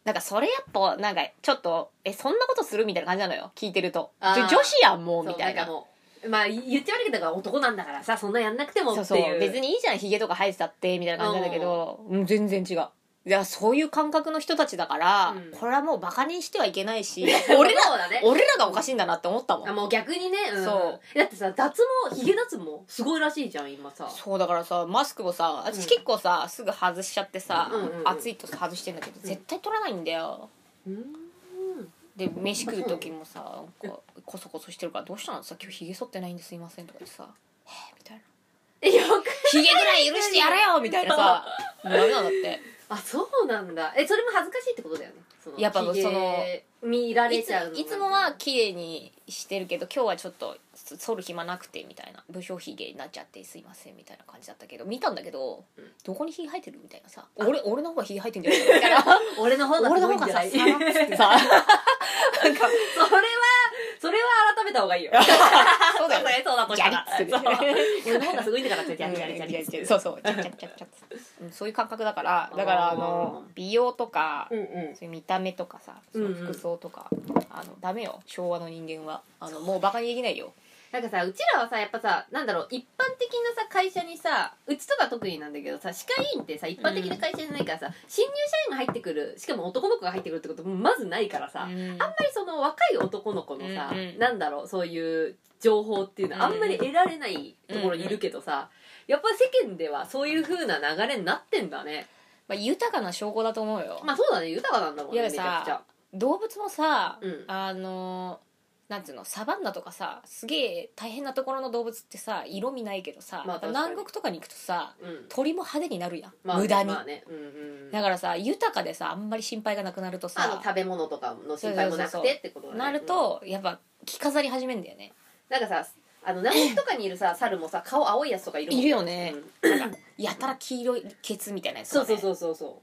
Speaker 3: なんかそれやっぱなんかちょっとえそんなことするみたいな感じなのよ聞いてると
Speaker 2: あ
Speaker 3: 女
Speaker 2: ー
Speaker 3: 女子やんも
Speaker 2: そうう
Speaker 3: みたいなん
Speaker 2: かもうまあ言っちゃ悪いけど男なんだからさそんなやんなくてもって
Speaker 3: そ
Speaker 2: いうう
Speaker 3: そう別にいいじゃんヒゲとか生えてたってみたいな感じなんだけど、うん、全然違ういやそういう感覚の人たちだから、
Speaker 2: うん
Speaker 3: これはもうバカにしてはいけないし
Speaker 2: 俺
Speaker 3: 俺
Speaker 2: ら
Speaker 3: ら
Speaker 2: そうだね
Speaker 3: 俺らがおかしいんだなって思ったもん
Speaker 2: あもう逆にね、うん、
Speaker 3: そ
Speaker 2: だってさ脱毛ヒゲ脱毛すごいらしいじゃん今さ
Speaker 3: そうだからさマスクもさ
Speaker 2: うん
Speaker 3: 私結構さ、すぐ外しちゃってさ、
Speaker 2: うんうんうん
Speaker 3: 暑いと外してんだけど絶対取らないんだよ、
Speaker 2: うーん
Speaker 3: で飯食う時もさなんかコソコソしてるから「どうしたの?」さ今日ひげ剃ってないんですいません」とか言ってさ「えーみたいな
Speaker 2: えよく
Speaker 3: 「ひげぐらい許してやれよ!」みたいなさもうダメなんだって
Speaker 2: あそうなんだえそれも恥ずかしいってことだよねその
Speaker 3: やっぱ
Speaker 2: ヒゲ
Speaker 3: その
Speaker 2: 見られ
Speaker 3: いつ
Speaker 2: ちゃうの
Speaker 3: いつもは綺麗にしてるけど今日はちょっと剃る暇なくてみたいな武将ひげになっちゃってすいませんみたいな感じだったけど見たんだけど、
Speaker 2: うん
Speaker 3: どこにひげ生えてるみたいなさ俺俺の方がひげ生えてんじゃないみたいな
Speaker 2: 俺の方が
Speaker 3: 俺
Speaker 2: す
Speaker 3: の
Speaker 2: ごい
Speaker 3: 方
Speaker 2: んじ
Speaker 3: がさ
Speaker 2: ゃない
Speaker 3: さらっ
Speaker 2: それは
Speaker 3: つってさ
Speaker 2: それは改めた方がいいよ
Speaker 3: そうだよね
Speaker 2: ね そうだとし
Speaker 3: ギ
Speaker 2: た
Speaker 3: ャリッつっ
Speaker 2: ら
Speaker 3: て
Speaker 2: そう俺の方がすごいんだからってギャリギャリギャリギャリ
Speaker 3: そうそうちゃっちゃっちゃっちゃっつってうんそういう感覚だからだからあの美容とか
Speaker 2: うんうん
Speaker 3: そういう見た目とかさそういう服装とかあのダメよ昭和の人間はあのもうバカにできないよ
Speaker 2: なんかさうちらはさやっぱさなんだろう一般的なさ会社にさうちとか特になんだけどさ歯科医院ってさ一般的な会社じゃないからさ、新入社員が入ってくるしかも男の子が入ってくるってこともまずないからさ、
Speaker 3: う
Speaker 2: あん
Speaker 3: ん
Speaker 2: まりその若い男の子のさ、
Speaker 3: うんうん
Speaker 2: なんだろうそういう情報っていうのはあんまり得られないところにいるけどさ、やっぱ世間ではそういう風な流れになってんだね
Speaker 3: まあ豊かな証拠だと思うよ
Speaker 2: まあそうだね豊かなんだもんね
Speaker 3: いや
Speaker 2: めちゃくちゃ
Speaker 3: さ動物もさ
Speaker 2: うん
Speaker 3: あのなんつうのサバンナとかさすげえ大変なところの動物ってさ色味ないけどさ
Speaker 2: まあ確かに
Speaker 3: 南国とかに行くとさ
Speaker 2: うん
Speaker 3: 鳥も派手になるやん
Speaker 2: まあ
Speaker 3: 無駄に
Speaker 2: まあね、うんうん
Speaker 3: だからさ豊かでさあんまり心配がなくなると
Speaker 2: あの
Speaker 3: さ
Speaker 2: 食べ物とかの心配もなくてってことだね
Speaker 3: なるとやっぱ着飾り始めんだよね
Speaker 2: なんかさあの南国とかにいるさ猿もさ顔青いやつとかいるもん
Speaker 3: いるよね
Speaker 2: うん
Speaker 3: やたら黄色いケツみたいなやつ
Speaker 2: そう
Speaker 3: とか
Speaker 2: そ
Speaker 3: ね
Speaker 2: うそうそう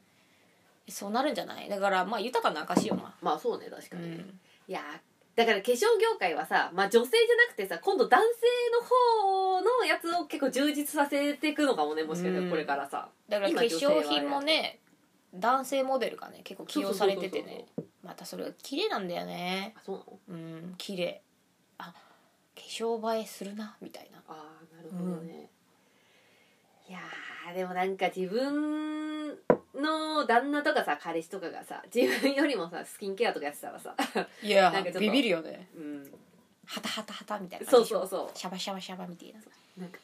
Speaker 2: そ
Speaker 3: そうなるんじゃないだからまあ豊かな証よな
Speaker 2: うまあそうね確か
Speaker 3: う
Speaker 2: に、い
Speaker 3: ん
Speaker 2: やーだから化粧業界はさ、まあ、女性じゃなくてさ今度男性の方のやつを結構充実させていくのかもねもしかした
Speaker 3: うん
Speaker 2: らこれからさ、
Speaker 3: だから化
Speaker 2: 今女性
Speaker 3: 粧
Speaker 2: は
Speaker 3: 品もね男性モデルがね結構起用されてて
Speaker 2: そうそうそう
Speaker 3: ねまたそれが綺麗なんだよね
Speaker 2: あそうなの
Speaker 3: うん綺麗あ化粧映えするなみたいな
Speaker 2: ああなるほどね、いやーでもなんか自分の旦那とかさ彼氏とかがさ自分よりもさスキンケアとかやってたらさ、
Speaker 3: いや
Speaker 2: なんかちょっと
Speaker 3: るよね
Speaker 2: うん、
Speaker 3: はたはたはたみたいな
Speaker 2: そ
Speaker 3: 感
Speaker 2: う
Speaker 3: じでしょ
Speaker 2: そうそ
Speaker 3: シャバシャバシャバみたいな
Speaker 2: うなんか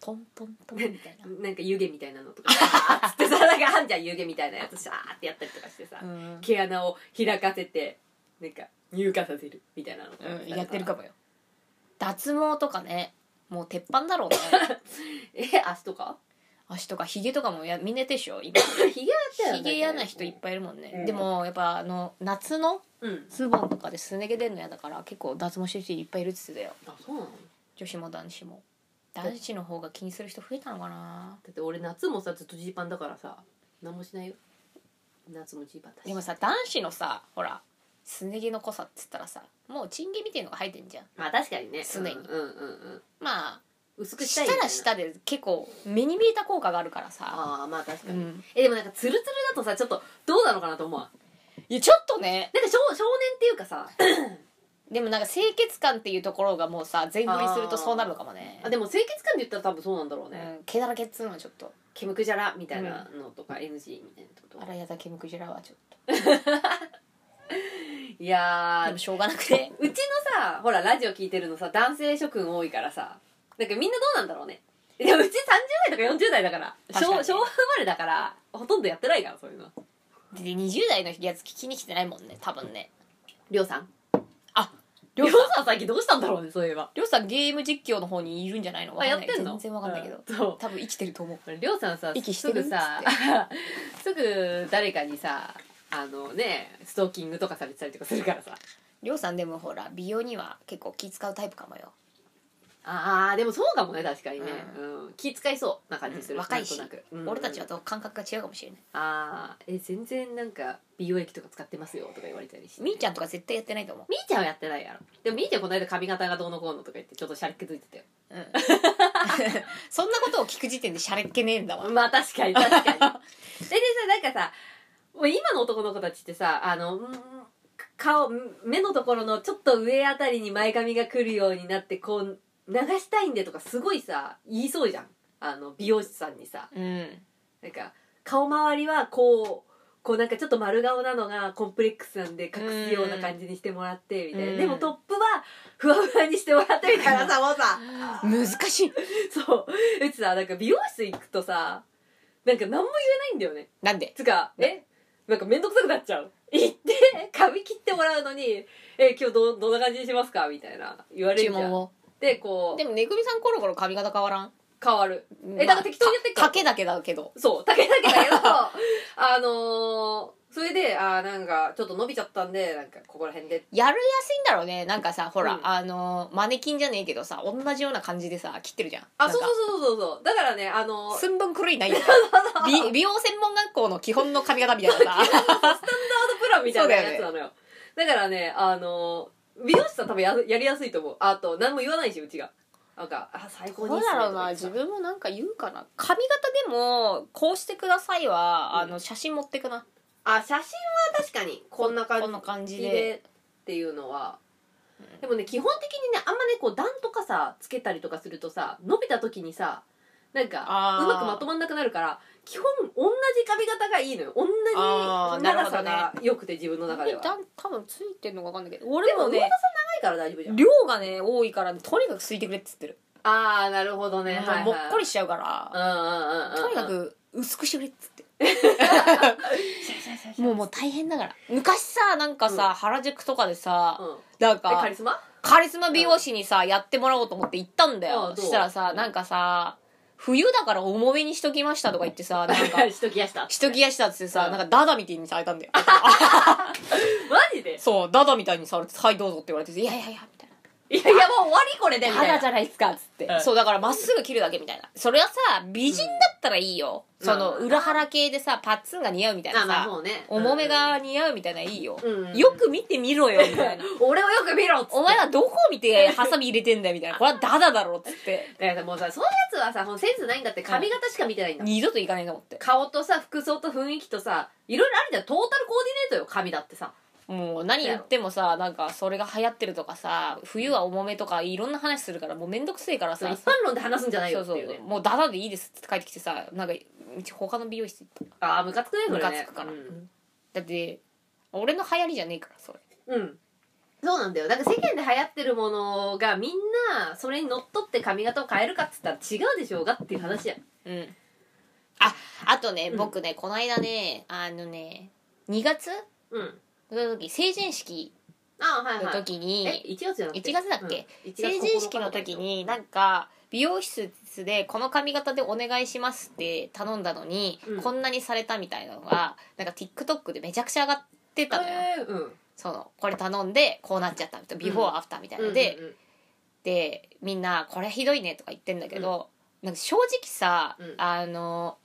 Speaker 3: トントントンみたい な
Speaker 2: なんか湯気みたいなのとかさつってさなんかあんじゃん湯気みたいなやつシャーってやったりとかしてさ、
Speaker 3: うん
Speaker 2: 毛穴を開かせてなんか乳化させるみたいなのとかさ、
Speaker 3: うん、やってるかもよ脱毛とかねもう鉄板だろう ね
Speaker 2: え足とか
Speaker 3: 足とかひげとかもやみんなやってるでしょ今
Speaker 2: ひげやったよね
Speaker 3: ひげ嫌な人いっぱいいるもんね、
Speaker 2: うん
Speaker 3: でもやっぱあの夏の
Speaker 2: うん
Speaker 3: ズボンとかですね毛出るの嫌だから結構脱毛してる人いっぱいいるっつってたよ
Speaker 2: あそうなのだ
Speaker 3: 女子も男子も男子の方が気にする人増えたのかな
Speaker 2: って俺夏もさずっとジーパンだからさ何もしないよ夏もジーパンだし
Speaker 3: でもさ男子のさほらすね毛の濃さっつったらさもうチン毛みたいのが生えてんじゃん
Speaker 2: まあ確かにね
Speaker 3: 常に
Speaker 2: うんうんうん
Speaker 3: まあ
Speaker 2: 薄くし
Speaker 3: した
Speaker 2: い
Speaker 3: たら
Speaker 2: た
Speaker 3: 下で結構目に見えた効果があるからさ
Speaker 2: ああまあ確か
Speaker 3: う
Speaker 2: に、
Speaker 3: ん
Speaker 2: えでもなんかツルツルだとさちょっとどうなのかなと思うわ
Speaker 3: いやちょっとね
Speaker 2: なんか少少年っていうかさ
Speaker 3: でもなんか清潔感っていうところがもうさ全振りするとそうなるのかもね
Speaker 2: あでも清潔感で言ったら多分そうなんだろうね、
Speaker 3: うん、毛だらけっつうのはちょっと
Speaker 2: ムクジャラみたいなのとか NG みたいなこと
Speaker 1: あらやだけむくじらはちょっと
Speaker 2: いや
Speaker 3: で
Speaker 2: ー
Speaker 3: もしょうがなく
Speaker 2: で
Speaker 3: て
Speaker 2: うちのさほらラジオ聞いてるのさ男性諸君多いからさなんかみんなどうなんだろうねでもうち30代とか40代だから
Speaker 3: 確かに
Speaker 2: 昭
Speaker 3: ね
Speaker 2: 昭和生まれだからほとんどやってないからそういうの
Speaker 3: で20代のやつ聞きに来てないもんね多分ね
Speaker 2: りょうさんり
Speaker 3: り
Speaker 2: ょ
Speaker 3: ょう
Speaker 2: うさ
Speaker 3: さ
Speaker 2: ん
Speaker 3: ん
Speaker 2: 最近どうしたんだろうねそういえば
Speaker 3: りょうさんゲーム実況の方にいるんじゃないのわ
Speaker 2: あ
Speaker 3: かんな
Speaker 2: やっ
Speaker 3: い
Speaker 2: てんの
Speaker 3: 全然わかんないけど、
Speaker 2: うん そう
Speaker 3: 多分生きてると思う
Speaker 2: りょうさんさ
Speaker 3: 息し
Speaker 2: す
Speaker 3: てる
Speaker 2: ぐさ
Speaker 3: っ
Speaker 2: すぐ誰かにさあのねストーキングとかされてたりとかするからさ
Speaker 3: りょうさんでもほら美容には結構気使うタイプかもよ
Speaker 2: あーでもそうかもね確かにね、うん気遣いそうな感じする、
Speaker 3: うん若いし
Speaker 2: なんとなくうん
Speaker 3: 俺たちはと感覚が違うかもしれない
Speaker 2: あーえ全然なんか美容液とか使ってますよとか言われたりして
Speaker 3: みーちゃんとか絶対やってないと思
Speaker 2: みーちゃんはやってないやろでもみーちゃんこの間髪型がどうのこうのとか言ってちょっとシャレっ気づいてたよ
Speaker 3: う、うん そんなことを聞く時点でしゃれっ気ねえんだわ
Speaker 2: まあ確かに確か にえでさなんかさもう今の男の子たちってさあのうん顔目のところのちょっと上あたりに前髪が来るようになってこう流したいんでとかすごいさ言いそうじゃんあの美容師さんにさ
Speaker 3: うん
Speaker 2: なんか顔周りはこうこうなんかちょっと丸顔なのがコンプレックスなんで隠すような感じにしてもらってみたいな
Speaker 3: うん
Speaker 2: でもトップはふわふわにしてもらってみ たいなさもうさ
Speaker 3: 難しい
Speaker 2: そううちさなんか美容室行くとさなんか何も言えないんだよね
Speaker 3: なんで
Speaker 2: つかえなんか面倒くさくなっちゃう行って髪切ってもらうのに「え今日どどんな感じにしますか?」みたいな言われ
Speaker 3: 注
Speaker 2: るじゃ
Speaker 3: 文
Speaker 2: ん
Speaker 3: を
Speaker 2: でこう
Speaker 3: でもねぐみさんコロコロ髪型変わらん
Speaker 2: 変わるえだから適当にやってっから
Speaker 3: かけだけだけど
Speaker 2: そう竹だけだけ どあのー、それであーなんかちょっと伸びちゃったんでなんかここら辺で
Speaker 3: やるやすいんだろうねなんかさほら、
Speaker 2: うん
Speaker 3: あのマネキンじゃねえけどさ同じような感じでさ切ってるじゃん
Speaker 2: あそうそう
Speaker 3: う
Speaker 2: そうそうそうだからねあのー、ス
Speaker 3: 寸分狂い ないよ美美容専門学校の基本の髪型みたい なさ
Speaker 2: タードプランみた
Speaker 3: そう
Speaker 2: いな
Speaker 3: だよね
Speaker 2: やつなのよだからねあのー、美容師さん多分ややりやすいと思うあと何も言わないしうちがなんか「あ最高に
Speaker 3: ど
Speaker 2: いういっす
Speaker 3: だ
Speaker 2: ね
Speaker 3: ろう
Speaker 2: とか
Speaker 3: な
Speaker 2: 言ってさ
Speaker 3: 自分もなんか言うかな髪型でもこうしてくださいは、あの写真持ってくな
Speaker 2: あ写真は確かにこんな
Speaker 3: こん
Speaker 2: 感
Speaker 3: な感
Speaker 2: じ
Speaker 3: じ
Speaker 2: で
Speaker 3: で
Speaker 2: っていうのはでもね基本的にねあんまねこう段とかさつけたりとかするとさ伸びた時にさなんか
Speaker 3: あー
Speaker 2: うまくまとまんなくなるから基本同じ髪型がいいのよ同
Speaker 3: あ
Speaker 2: じ
Speaker 3: ーなる
Speaker 2: 長
Speaker 3: ほ
Speaker 2: さ
Speaker 3: どね
Speaker 2: が良くて自分の中では
Speaker 3: だ
Speaker 2: 長
Speaker 3: ん多分ついてんのか分かんないけど俺も
Speaker 2: でも
Speaker 3: ね
Speaker 2: いから大丈夫じゃん
Speaker 3: 量がね多いからとにかくすいてくれって言ってる、
Speaker 2: ああなるほどね、はいはい、
Speaker 3: もっこりしちゃうから、
Speaker 2: うんうんうんうん
Speaker 3: とにかく薄くしてくれっつってもうもう大変だから昔さなんかさ、
Speaker 2: うん
Speaker 3: 原宿とかでさ、
Speaker 2: うん
Speaker 3: なん
Speaker 2: えカ
Speaker 3: か
Speaker 2: リスマ
Speaker 3: カリスマ美容師にさ、やってもらおうと思って行ったんだ
Speaker 2: ああ
Speaker 3: よそ
Speaker 2: どう
Speaker 3: したらさなんかさ冬だから重めにしときましたとか言って さなんか
Speaker 2: しときやした
Speaker 3: しときやしたっつってさ、
Speaker 2: うん
Speaker 3: なんかダダみたいにされたん だよ
Speaker 2: マジで
Speaker 3: そうダダみたいにされて「はいどうぞ」って言われて「いやいやいや」みたいな。
Speaker 2: いやいやもう終わりこれでみたい
Speaker 3: 肌
Speaker 2: な
Speaker 3: じゃないですかっつって、
Speaker 2: うん
Speaker 3: そうだからまっすぐ切るだけみたいなそれはさ美人だったらいいよ、
Speaker 2: うん
Speaker 3: その
Speaker 2: うん
Speaker 3: 裏腹系でさパッツンが似合うみたいな
Speaker 2: あ
Speaker 3: さ、
Speaker 2: まあそうね
Speaker 3: 重めが似合うみたいないいよ、
Speaker 2: うんうん
Speaker 3: よく見てみろよみたいな
Speaker 2: 俺をよく見ろっつって
Speaker 3: お前はどこを見てハサミ入れてんだよみたいなこれはダダだろっつって
Speaker 2: だからさもうさそういうやつはさもうセンスないんだって髪型しか見てないんだもん
Speaker 3: 二度といかないと思って
Speaker 2: 顔とさ服装と雰囲気とさいろいろあるじゃんトータルコーディネートよ髪だってさ
Speaker 3: もう何言ってもさなんかそれが流行ってるとかさ冬は重めとかいろんな話するからもうめんどくせえから
Speaker 2: そ
Speaker 3: さ
Speaker 2: う一般論で話すんじゃない
Speaker 3: そ
Speaker 2: よ
Speaker 3: う
Speaker 2: って
Speaker 3: そ
Speaker 2: いうね
Speaker 3: うもうダダでいいですって帰ってきてさなんか他の美容室行った
Speaker 2: ああムカつくねそれ
Speaker 3: ム
Speaker 2: ね
Speaker 3: カつくから、
Speaker 2: うん、
Speaker 3: だって俺の流行りじゃねえからそれ
Speaker 2: うんそうなんだよだから世間で流行ってるものがみんなそれにのっとって髪型を変えるかっつったら違うでしょうがっていう話やん
Speaker 3: うんああとね、
Speaker 2: うん
Speaker 3: 僕ねこの間ねあのね2月
Speaker 2: うん
Speaker 3: の時成人式
Speaker 2: ああは
Speaker 3: の
Speaker 2: いはい
Speaker 3: 時に、
Speaker 2: え1月じゃなくて
Speaker 3: 1月だっけ、
Speaker 2: うん
Speaker 3: 成人式の時になんか美容室でこの髪型でお願いしますって頼んだのに、
Speaker 2: うん
Speaker 3: こんなにされたみたいなのがなんか TikTok でめちゃくちゃ上がってたのよ、
Speaker 2: えーうん
Speaker 3: そのこれ頼んでこうなっちゃったみたいなビフォーアフターみたいなので、
Speaker 2: うんうん
Speaker 3: でみんな「これひどいね」とか言ってんだけど、なんか正直さ、
Speaker 2: うん
Speaker 3: あの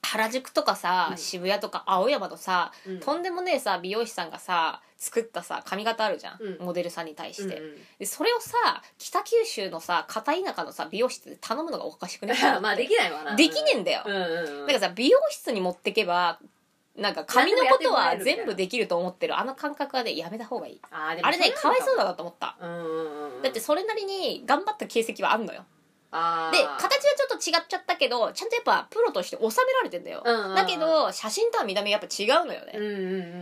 Speaker 3: 原宿とかさ、
Speaker 2: うん
Speaker 3: 渋谷とか青山のさ、
Speaker 2: うんうん
Speaker 3: とんでもねえさ美容師さんがさ作ったさ髪型あるじゃん、
Speaker 2: うん
Speaker 3: モデルさんに対して、
Speaker 2: うんうん
Speaker 3: でそれをさ北九州のさ片田舎のさ美容室で頼むのがおかしくね
Speaker 2: まあできないわな
Speaker 3: できねえんだよ、
Speaker 2: うんうんうん
Speaker 3: なんかさ美容室に持ってけばなんか髪のことは
Speaker 2: 何でもやってもらえるみたいな
Speaker 3: 全部できると思ってるあの感覚はねやめた方がいい
Speaker 2: あーでも
Speaker 3: あれねか
Speaker 2: そな
Speaker 3: わ
Speaker 2: の
Speaker 3: いそうだなと思った
Speaker 2: うんうんうんうん
Speaker 3: だってそれなりに頑張った形跡はあんのよ
Speaker 2: あー
Speaker 3: で形はちょっと違っちゃったけどちゃんとやっぱプロとして収められてんだよ、
Speaker 2: うんうんうん
Speaker 3: だけど写真とは見た目やっぱ違うのよね、
Speaker 2: うんうんう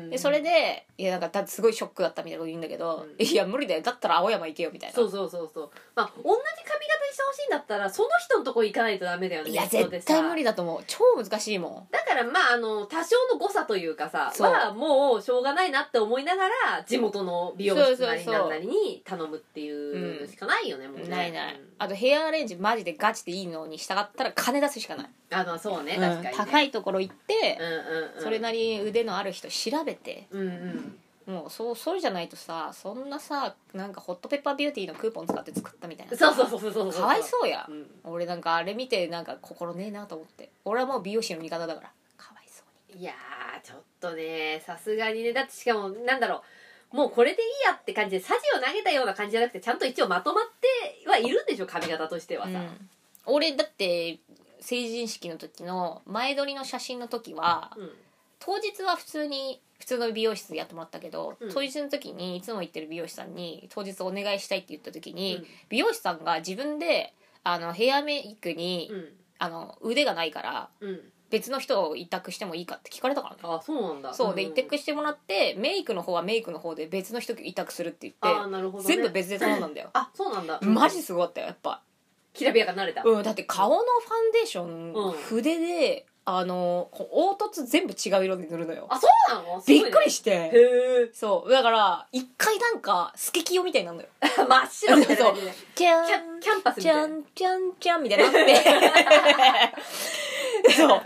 Speaker 2: ん
Speaker 3: でそれで「いやなんかだすごいショックだった」みたいなこと言うんだけど「
Speaker 2: うん
Speaker 3: いや無理だよだったら青山行けよ」みたいな
Speaker 2: そうそうそうそうまあ同じ髪型にしてほしいんだったらその人のとこ行かないとダメだよね
Speaker 3: いや
Speaker 2: ネットで
Speaker 3: 絶
Speaker 2: さ
Speaker 3: 対無理だと思う超難しいもん
Speaker 2: だからまああの多少の誤差というかさ
Speaker 3: そう
Speaker 2: はもうしょうがないなって思いながら地元の美容室なりなんなりに頼むっていうのしかないよねもうね
Speaker 3: ないない、
Speaker 2: うん
Speaker 3: あとヘアアレンジマジでガチでいいのに従ったら金出すしかない、
Speaker 2: あのそうね
Speaker 3: うん
Speaker 2: 確かにね
Speaker 3: 高いところ行って
Speaker 2: う、んうんうん
Speaker 3: それなりに腕のある人調べて
Speaker 2: うんうん
Speaker 3: もうそうそれじゃないとさそんなさなんかホットペッパービューティーのクーポン使って作ったみたいな
Speaker 2: そうそうそうそうそう
Speaker 3: かわいそうや、
Speaker 2: うん
Speaker 3: 俺なんかあれ見てなんか心ねえなと思って俺はもう美容師の味方だからかわいそうに
Speaker 2: いやーちょっとねさすがにねだってしかもなんだろうもうこれでいいやって感じでサジを投げたような感じじゃなくてちゃんと一応まとまってはいるんでしょ髪型としてはさ、
Speaker 3: うん俺だって成人式の時の前撮りの写真の時は
Speaker 2: うん
Speaker 3: 当日は普通に普通の美容室でやってもらったけど、
Speaker 2: うん
Speaker 3: 当日の時にいつも行ってる美容師さんに当日お願いしたいって言った時に、
Speaker 2: うん
Speaker 3: 美容師さんが自分であのヘアメイクに、
Speaker 2: うん
Speaker 3: あの腕がないから
Speaker 2: うん
Speaker 3: 別の人を委託してもいいかって聞かれたからね
Speaker 2: あそうなんだ
Speaker 3: そうで
Speaker 2: ん
Speaker 3: 委託してもらってメイクの方はメイクの方で別の人委託するって言
Speaker 2: あー
Speaker 3: っ
Speaker 2: なるほ
Speaker 3: て
Speaker 2: ど、ね、
Speaker 3: 全部別で頼んだんだよ
Speaker 2: あそうなんだ
Speaker 3: マジすごかったよやっぱ
Speaker 2: きらびやかになれた、
Speaker 3: うん、だって顔のファンデーショ
Speaker 2: うん
Speaker 3: ン筆で、あのこう凹凸全部違う色で塗るのよ
Speaker 2: あそうなのすごい
Speaker 3: び
Speaker 2: ね
Speaker 3: っくりして
Speaker 2: へえ
Speaker 3: そうだから一回なんかスケキヨみたいになるのよ
Speaker 2: 真っ白みたいな感じで
Speaker 3: キャ
Speaker 2: キャキャンパスみ
Speaker 3: キャ
Speaker 2: たいな
Speaker 3: ンキャンキャンみたいになってそうガッ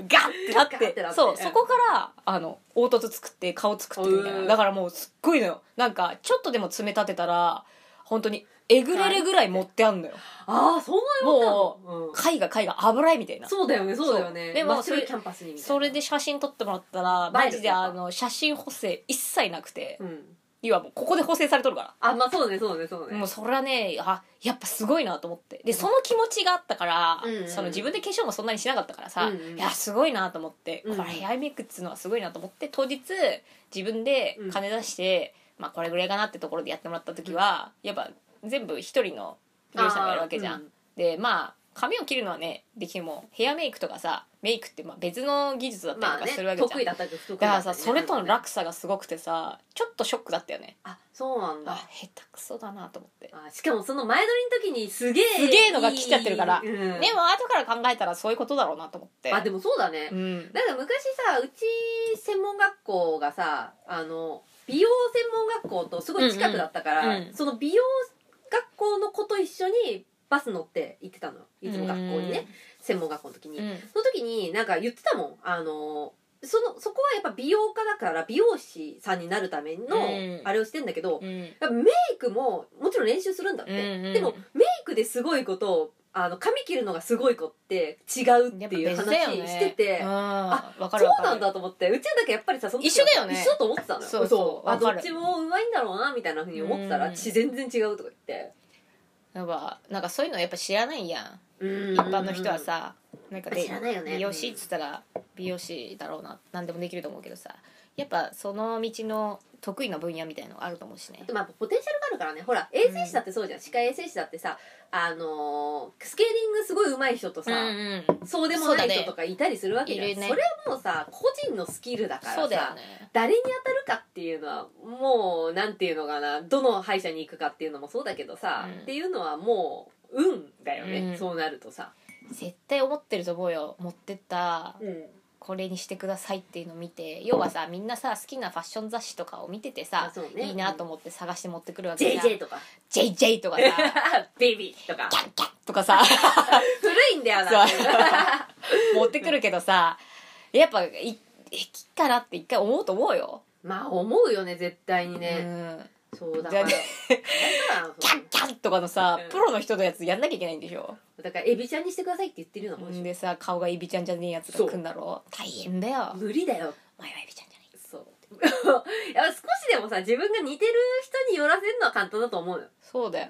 Speaker 3: てなっ
Speaker 2: ガッ
Speaker 3: て
Speaker 2: てなって
Speaker 3: そうそこからあの凹凸作って顔作ってみたいうなんだからもうすっごいのよなんかちょっとでも爪立てたら本当にえぐれるぐらい持ってあんのよ
Speaker 2: ああそんなよもう、
Speaker 3: 貝が貝が油絵みたいな
Speaker 2: そうだよねそうだよね
Speaker 3: そうでも
Speaker 2: 真っ白い
Speaker 3: それ
Speaker 2: キャンパスにみたいな
Speaker 3: それで写真撮ってもらったらマジ
Speaker 2: 映える
Speaker 3: で
Speaker 2: やっぱ
Speaker 3: あの写真補正一切なくて、
Speaker 2: うん
Speaker 3: 要はもうここで補正されとるか
Speaker 2: あまあそうねそうねそう
Speaker 3: ら、
Speaker 2: ね
Speaker 3: もうそれはねあやっぱすごいなと思ってでその気持ちがあったから、
Speaker 2: うんうん
Speaker 3: その自分で化粧もそんなにしなかったからさ、
Speaker 2: うんうん
Speaker 3: いやすごいなと思って、
Speaker 2: うん
Speaker 3: これヘアメイクっつうのはすごいなと思って当日自分で金出して、まあこれぐらいかなってところでやってもらった時は、やっぱ全部一人の美容師さんがやるわけじゃん
Speaker 2: あーう
Speaker 3: でまあ髪を切るのはねできてもヘアメイクとかさメイクってまあ別の技術だったりと
Speaker 2: まあ
Speaker 3: か
Speaker 2: ね
Speaker 3: するわけじゃん、
Speaker 2: 得意だったり不得意だった
Speaker 3: だ
Speaker 2: り
Speaker 3: か
Speaker 2: ね
Speaker 3: らさそれとの落差がすごくてさちょっとショックだったよね
Speaker 2: あそうなんだ
Speaker 3: あ下手くそだなと思って
Speaker 2: あしかもその前撮りの時にすげえ
Speaker 3: すげえのが来ちゃってるから
Speaker 2: うん
Speaker 3: でも後から考えたらそういうことだろうなと思って
Speaker 2: あでもそうだね、
Speaker 3: うん
Speaker 2: なんか昔さうち専門学校がさあの美容専門学校とすごい近くだったから、
Speaker 3: うんうんうん
Speaker 2: その美容学校の子と一緒にバス乗って行ってたのよいつも学校にね、専門学校の時に、
Speaker 3: うん
Speaker 2: その時になんか言ってたもんあのそのそこはやっぱ美容家だから美容師さんになるための
Speaker 3: うん
Speaker 2: あれをしてんだけど、
Speaker 3: うん
Speaker 2: やっぱメイクももちろん練習するんだって、
Speaker 3: うんうん
Speaker 2: でもメイクですごいことあの髪切るのがすごい子って違うっていう話してて、
Speaker 3: うん
Speaker 2: あ
Speaker 3: わかる
Speaker 2: そう
Speaker 3: わかる
Speaker 2: なんだと思ってうちはだけやっぱりさその時
Speaker 3: 一緒だよね
Speaker 2: 一緒だと思ってたのよ
Speaker 3: そうそう
Speaker 2: あ
Speaker 3: わ
Speaker 2: ど
Speaker 3: かる
Speaker 2: っちもうまいんだろうなみたいなふうに思ってた
Speaker 3: う
Speaker 2: ら
Speaker 3: ん
Speaker 2: 血全然違うとか言って
Speaker 3: やっぱなんかそういうのやっぱ知らないやん
Speaker 2: 一
Speaker 3: 一般の人はさなんかで
Speaker 2: 知らないよね
Speaker 3: 美容師っつったら美容師だろうな何でもできると思うけどさやっぱその道の得意な分野みたいのがあると思うしね
Speaker 2: まあポテンシャルがあるからねほら衛生士だってそうじゃん、歯科衛生士だってさあのースケーリングすごい上手い人とさ、
Speaker 3: うん
Speaker 2: そうでもない人とかいたりするわけじゃん
Speaker 3: そう
Speaker 2: そ,、
Speaker 3: だねいるね
Speaker 2: れはもうさ個人のスキルだからさ
Speaker 3: そうだよね
Speaker 2: 誰に当たるかっていうのはもうなんていうのかなどの歯医者に行くかっていうのもそうだけどさ、
Speaker 3: うん
Speaker 2: っていうのはもう運だよね、
Speaker 3: うん
Speaker 2: そうなるとさ、
Speaker 3: 絶対思ってると思うよ持ってったこれにしてくださいっていうのを見て要はさみんなさ好きなファッション雑誌とかを見ててさ
Speaker 2: あ、そうね
Speaker 3: いいなと思って探して持ってくるわけじゃん
Speaker 2: JJ とか
Speaker 3: JJ とかさ
Speaker 2: ベビーとか
Speaker 3: キャンキャンとかさ
Speaker 2: 古いんだよな
Speaker 3: そう持ってくるけどさやっぱいいいっかなって一回思うと思うよ、
Speaker 2: まあ思うよね絶対にね、
Speaker 3: うん
Speaker 2: そうだから
Speaker 3: じゃ
Speaker 2: だから
Speaker 3: キャンキャンとかのさ、
Speaker 2: うん
Speaker 3: プロの人のやつやんなきゃいけないんでしょ、
Speaker 2: だからエビちゃんにしてくださいって言ってるようなもんでしょ
Speaker 3: でさ顔がエビちゃんじゃねえやつが来んだろ大変だよ
Speaker 2: 無理だよ
Speaker 3: お前はエビちゃんじゃない
Speaker 2: そう やっぱ少しでもさ自分が似てる人に寄らせるのは簡単だと思うよ
Speaker 3: そうだよ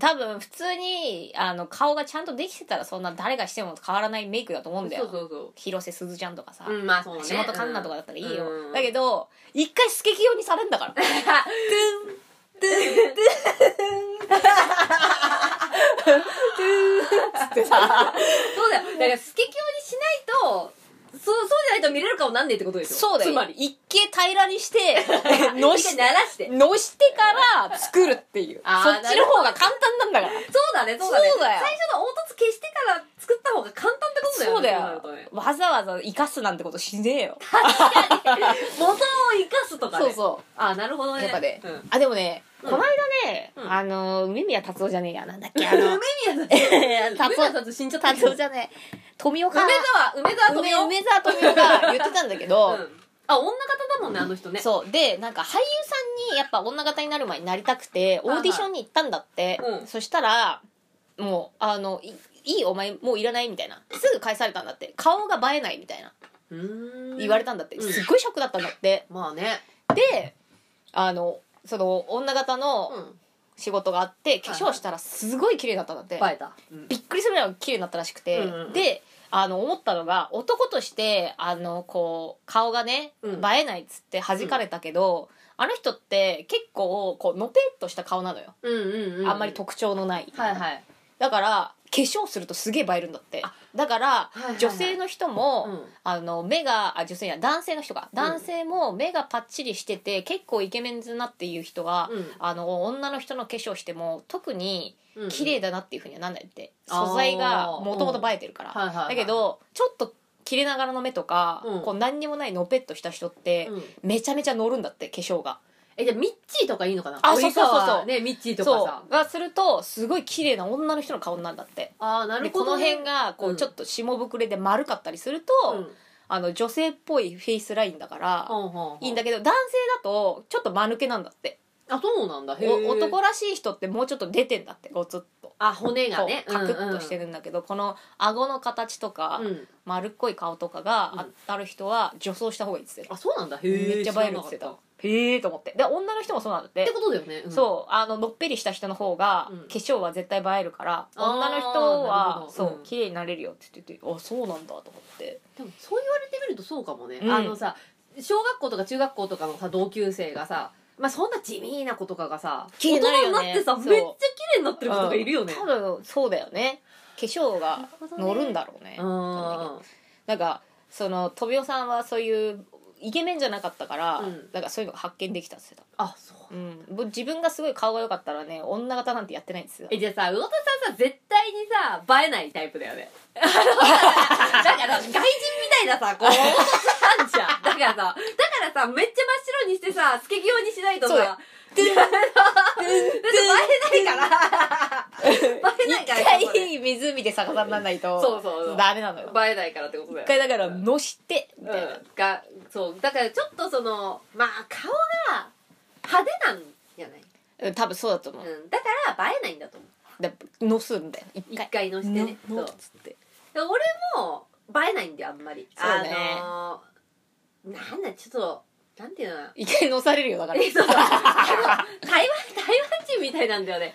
Speaker 3: 多分普通にあの顔がちゃんとできてたらそんな誰がしても変わらないメイクだと思うんだよ
Speaker 2: そうそうそ
Speaker 3: 広瀬すずちゃんとかさ、
Speaker 2: ううんまあそうね
Speaker 3: 橋本環奈とかだったらいいよ、
Speaker 2: うん
Speaker 3: だけど一回スケキ用にされんだから トゥントゥントゥントゥつって さ
Speaker 2: そうだよだからスケキヨにしないとそうそうじゃないと見れる顔なんねえってことでしょ
Speaker 3: そうだよ
Speaker 2: つまり
Speaker 3: 一見平らにして の
Speaker 2: 一
Speaker 3: し
Speaker 2: 回鳴らして
Speaker 3: のしてから作るっていう
Speaker 2: あー
Speaker 3: そっちの方が簡単なんだから
Speaker 2: そうだねそうだね
Speaker 3: そうだよ
Speaker 2: 最初の凹凸消してから作った方が簡単ってことだよね
Speaker 3: そうだ
Speaker 2: なる
Speaker 3: よ
Speaker 2: とね
Speaker 3: わざわざ生かすなんてことしねえよ
Speaker 2: 元を生かすとかね
Speaker 3: そうそう
Speaker 2: あなるほどね
Speaker 3: やっぱね
Speaker 2: うん、
Speaker 3: あでもね、
Speaker 2: うん
Speaker 3: この間ね、
Speaker 2: うん
Speaker 3: あの梅宮達夫じゃねえやなんだっ けあ
Speaker 2: 梅
Speaker 3: の
Speaker 2: 宮さん
Speaker 3: 達夫
Speaker 2: 梅宮さんと死んじゃった
Speaker 3: 達夫
Speaker 2: 梅
Speaker 3: じゃねえ富岡
Speaker 2: 沢梅沢富
Speaker 3: 梅
Speaker 2: 美男
Speaker 3: 梅沢富美男が言ってたんだけど、
Speaker 2: うんあ女方だもんねあの人ね
Speaker 3: そうでなんか俳優さんにやっぱ女方になる前になりたくてオーディションに行ったんだって、
Speaker 2: はいはいうん
Speaker 3: そしたらもうあのいいいお前もういらないみたいなすぐ返されたんだって顔が映えないみたいな
Speaker 2: うーん
Speaker 3: 言われたんだって、
Speaker 2: うん
Speaker 3: すっごいショックだったんだって
Speaker 2: まあね
Speaker 3: であのその女方
Speaker 2: う
Speaker 3: の
Speaker 2: ん
Speaker 3: 仕事があって化粧したらすごい綺麗だったんだって、
Speaker 2: 映えたうん
Speaker 3: びっくりするぐらい綺麗になったらしくて、
Speaker 2: うんうんうん
Speaker 3: であの思ったのが男としてあのこう顔がね、
Speaker 2: うん
Speaker 3: 映えないっつって弾かれたけど、あの人って結構こうのぺっとした顔なのよ、
Speaker 2: うんうんうん
Speaker 3: あんまり特徴のない、
Speaker 2: はいはい
Speaker 3: だから化粧するとすげえ映えるんだってだから、
Speaker 2: いはいはい
Speaker 3: 女性の人も、
Speaker 2: うん
Speaker 3: あの目があ女性や男性の人が男性も目がパッチリしてて結構イケメンだなっていう人は、
Speaker 2: うん
Speaker 3: あの女の人の化粧しても特に
Speaker 2: うん
Speaker 3: 綺麗だなっていうふうにはなんないって、
Speaker 2: あー
Speaker 3: 素材がもともと映えてるから、
Speaker 2: はいはいはい
Speaker 3: だけどちょっと切れながらの目とか、
Speaker 2: うん
Speaker 3: こう何にもないのぺっとした人って、
Speaker 2: うん
Speaker 3: めちゃめちゃ乗るんだって化粧が
Speaker 2: えじゃあミッチーとかいいのかな
Speaker 3: あそうそうそうそう
Speaker 2: 及川ねミッチーとかさ
Speaker 3: そうがするとすごい綺麗な女の人の顔になるんだって
Speaker 2: ああな
Speaker 3: で
Speaker 2: る
Speaker 3: こ
Speaker 2: ほ
Speaker 3: の
Speaker 2: どね、
Speaker 3: 辺がこ
Speaker 2: う
Speaker 3: うんちょっと下膨れで丸かったりすると、
Speaker 2: うん
Speaker 3: あの女性っぽいフェイスラインだから、
Speaker 2: ほんほんほん
Speaker 3: いいんだけど男性だとちょっと間抜けなんだって
Speaker 2: あそうなんだへ
Speaker 3: お
Speaker 2: ー
Speaker 3: 男らしい人ってもうちょっと出てんだってゴツッと
Speaker 2: あ骨が
Speaker 3: こ
Speaker 2: ね
Speaker 3: うカクッとして
Speaker 2: る
Speaker 3: るんだけど、この顎の形とか、
Speaker 2: うんうん
Speaker 3: 丸っこい顔とかがあ,、
Speaker 2: うん
Speaker 3: る人は女装した方がいいっつってた
Speaker 2: あそうなんだへえ
Speaker 3: めっちゃ映えるっつってたへえと思ってで女の人もそうなんだって
Speaker 2: ってことだよね、うん
Speaker 3: そうあののっぺりした人の方が
Speaker 2: うん
Speaker 3: 化粧は絶対映えるから、
Speaker 2: あー
Speaker 3: 女の人
Speaker 2: なる
Speaker 3: は
Speaker 2: ほど
Speaker 3: そう
Speaker 2: うん
Speaker 3: 綺麗になれるよって言っててあそうなんだと思って
Speaker 2: でもそう言われてみるとそうかもね、
Speaker 3: うん
Speaker 2: あのさ小学校とか中学校とかのさ同級生がさまあそんな地味な子とかがさ
Speaker 3: 綺麗になるよね
Speaker 2: 大人になってさ
Speaker 3: そう
Speaker 2: めっちゃ綺麗になってる子とかいるよね、
Speaker 3: 多分そうだよね化粧が乗るんだろうね
Speaker 2: うん
Speaker 3: なんかその飛尾さんはそういうイケメンじゃなかったから、
Speaker 2: うん
Speaker 3: なんかそういうのが発見できたって言って
Speaker 2: あそう
Speaker 3: た、うんぼ、自分がすごい顔が良かったらね女型なんてやってないんですよ
Speaker 2: えじゃあさ魚田さんさ絶対にさ映えないタイプだよね あのだから外人みたいなさこう凹凸さんじゃんだからさだからさめっちゃ真っ白にしてさ透け際にしないと
Speaker 3: そう だよ
Speaker 2: さてんてんてん映えないから映えないか ら
Speaker 3: 一回湖で逆さにならないと
Speaker 2: そうそうそう
Speaker 3: ダメなのよ
Speaker 2: 映えないからってことだ
Speaker 3: 一
Speaker 2: よ
Speaker 3: 回だからのしてみたいな、
Speaker 2: うんがそうだからちょっとそのまあ顔が派手なんじゃない、
Speaker 3: うん、多分そうだと思う、
Speaker 2: うん、だから映えないんだと思う
Speaker 3: だのすんだよ一
Speaker 2: 一
Speaker 3: 回
Speaker 2: 回のしてね
Speaker 3: の
Speaker 2: そ
Speaker 3: の
Speaker 2: う
Speaker 3: つって
Speaker 2: で俺も映えないんだよあんまり
Speaker 3: そうね
Speaker 2: あのーなんだちょっとなんていうのか な
Speaker 3: 一回のされるよだから
Speaker 2: えそう あの台湾台湾人みたいなんだよね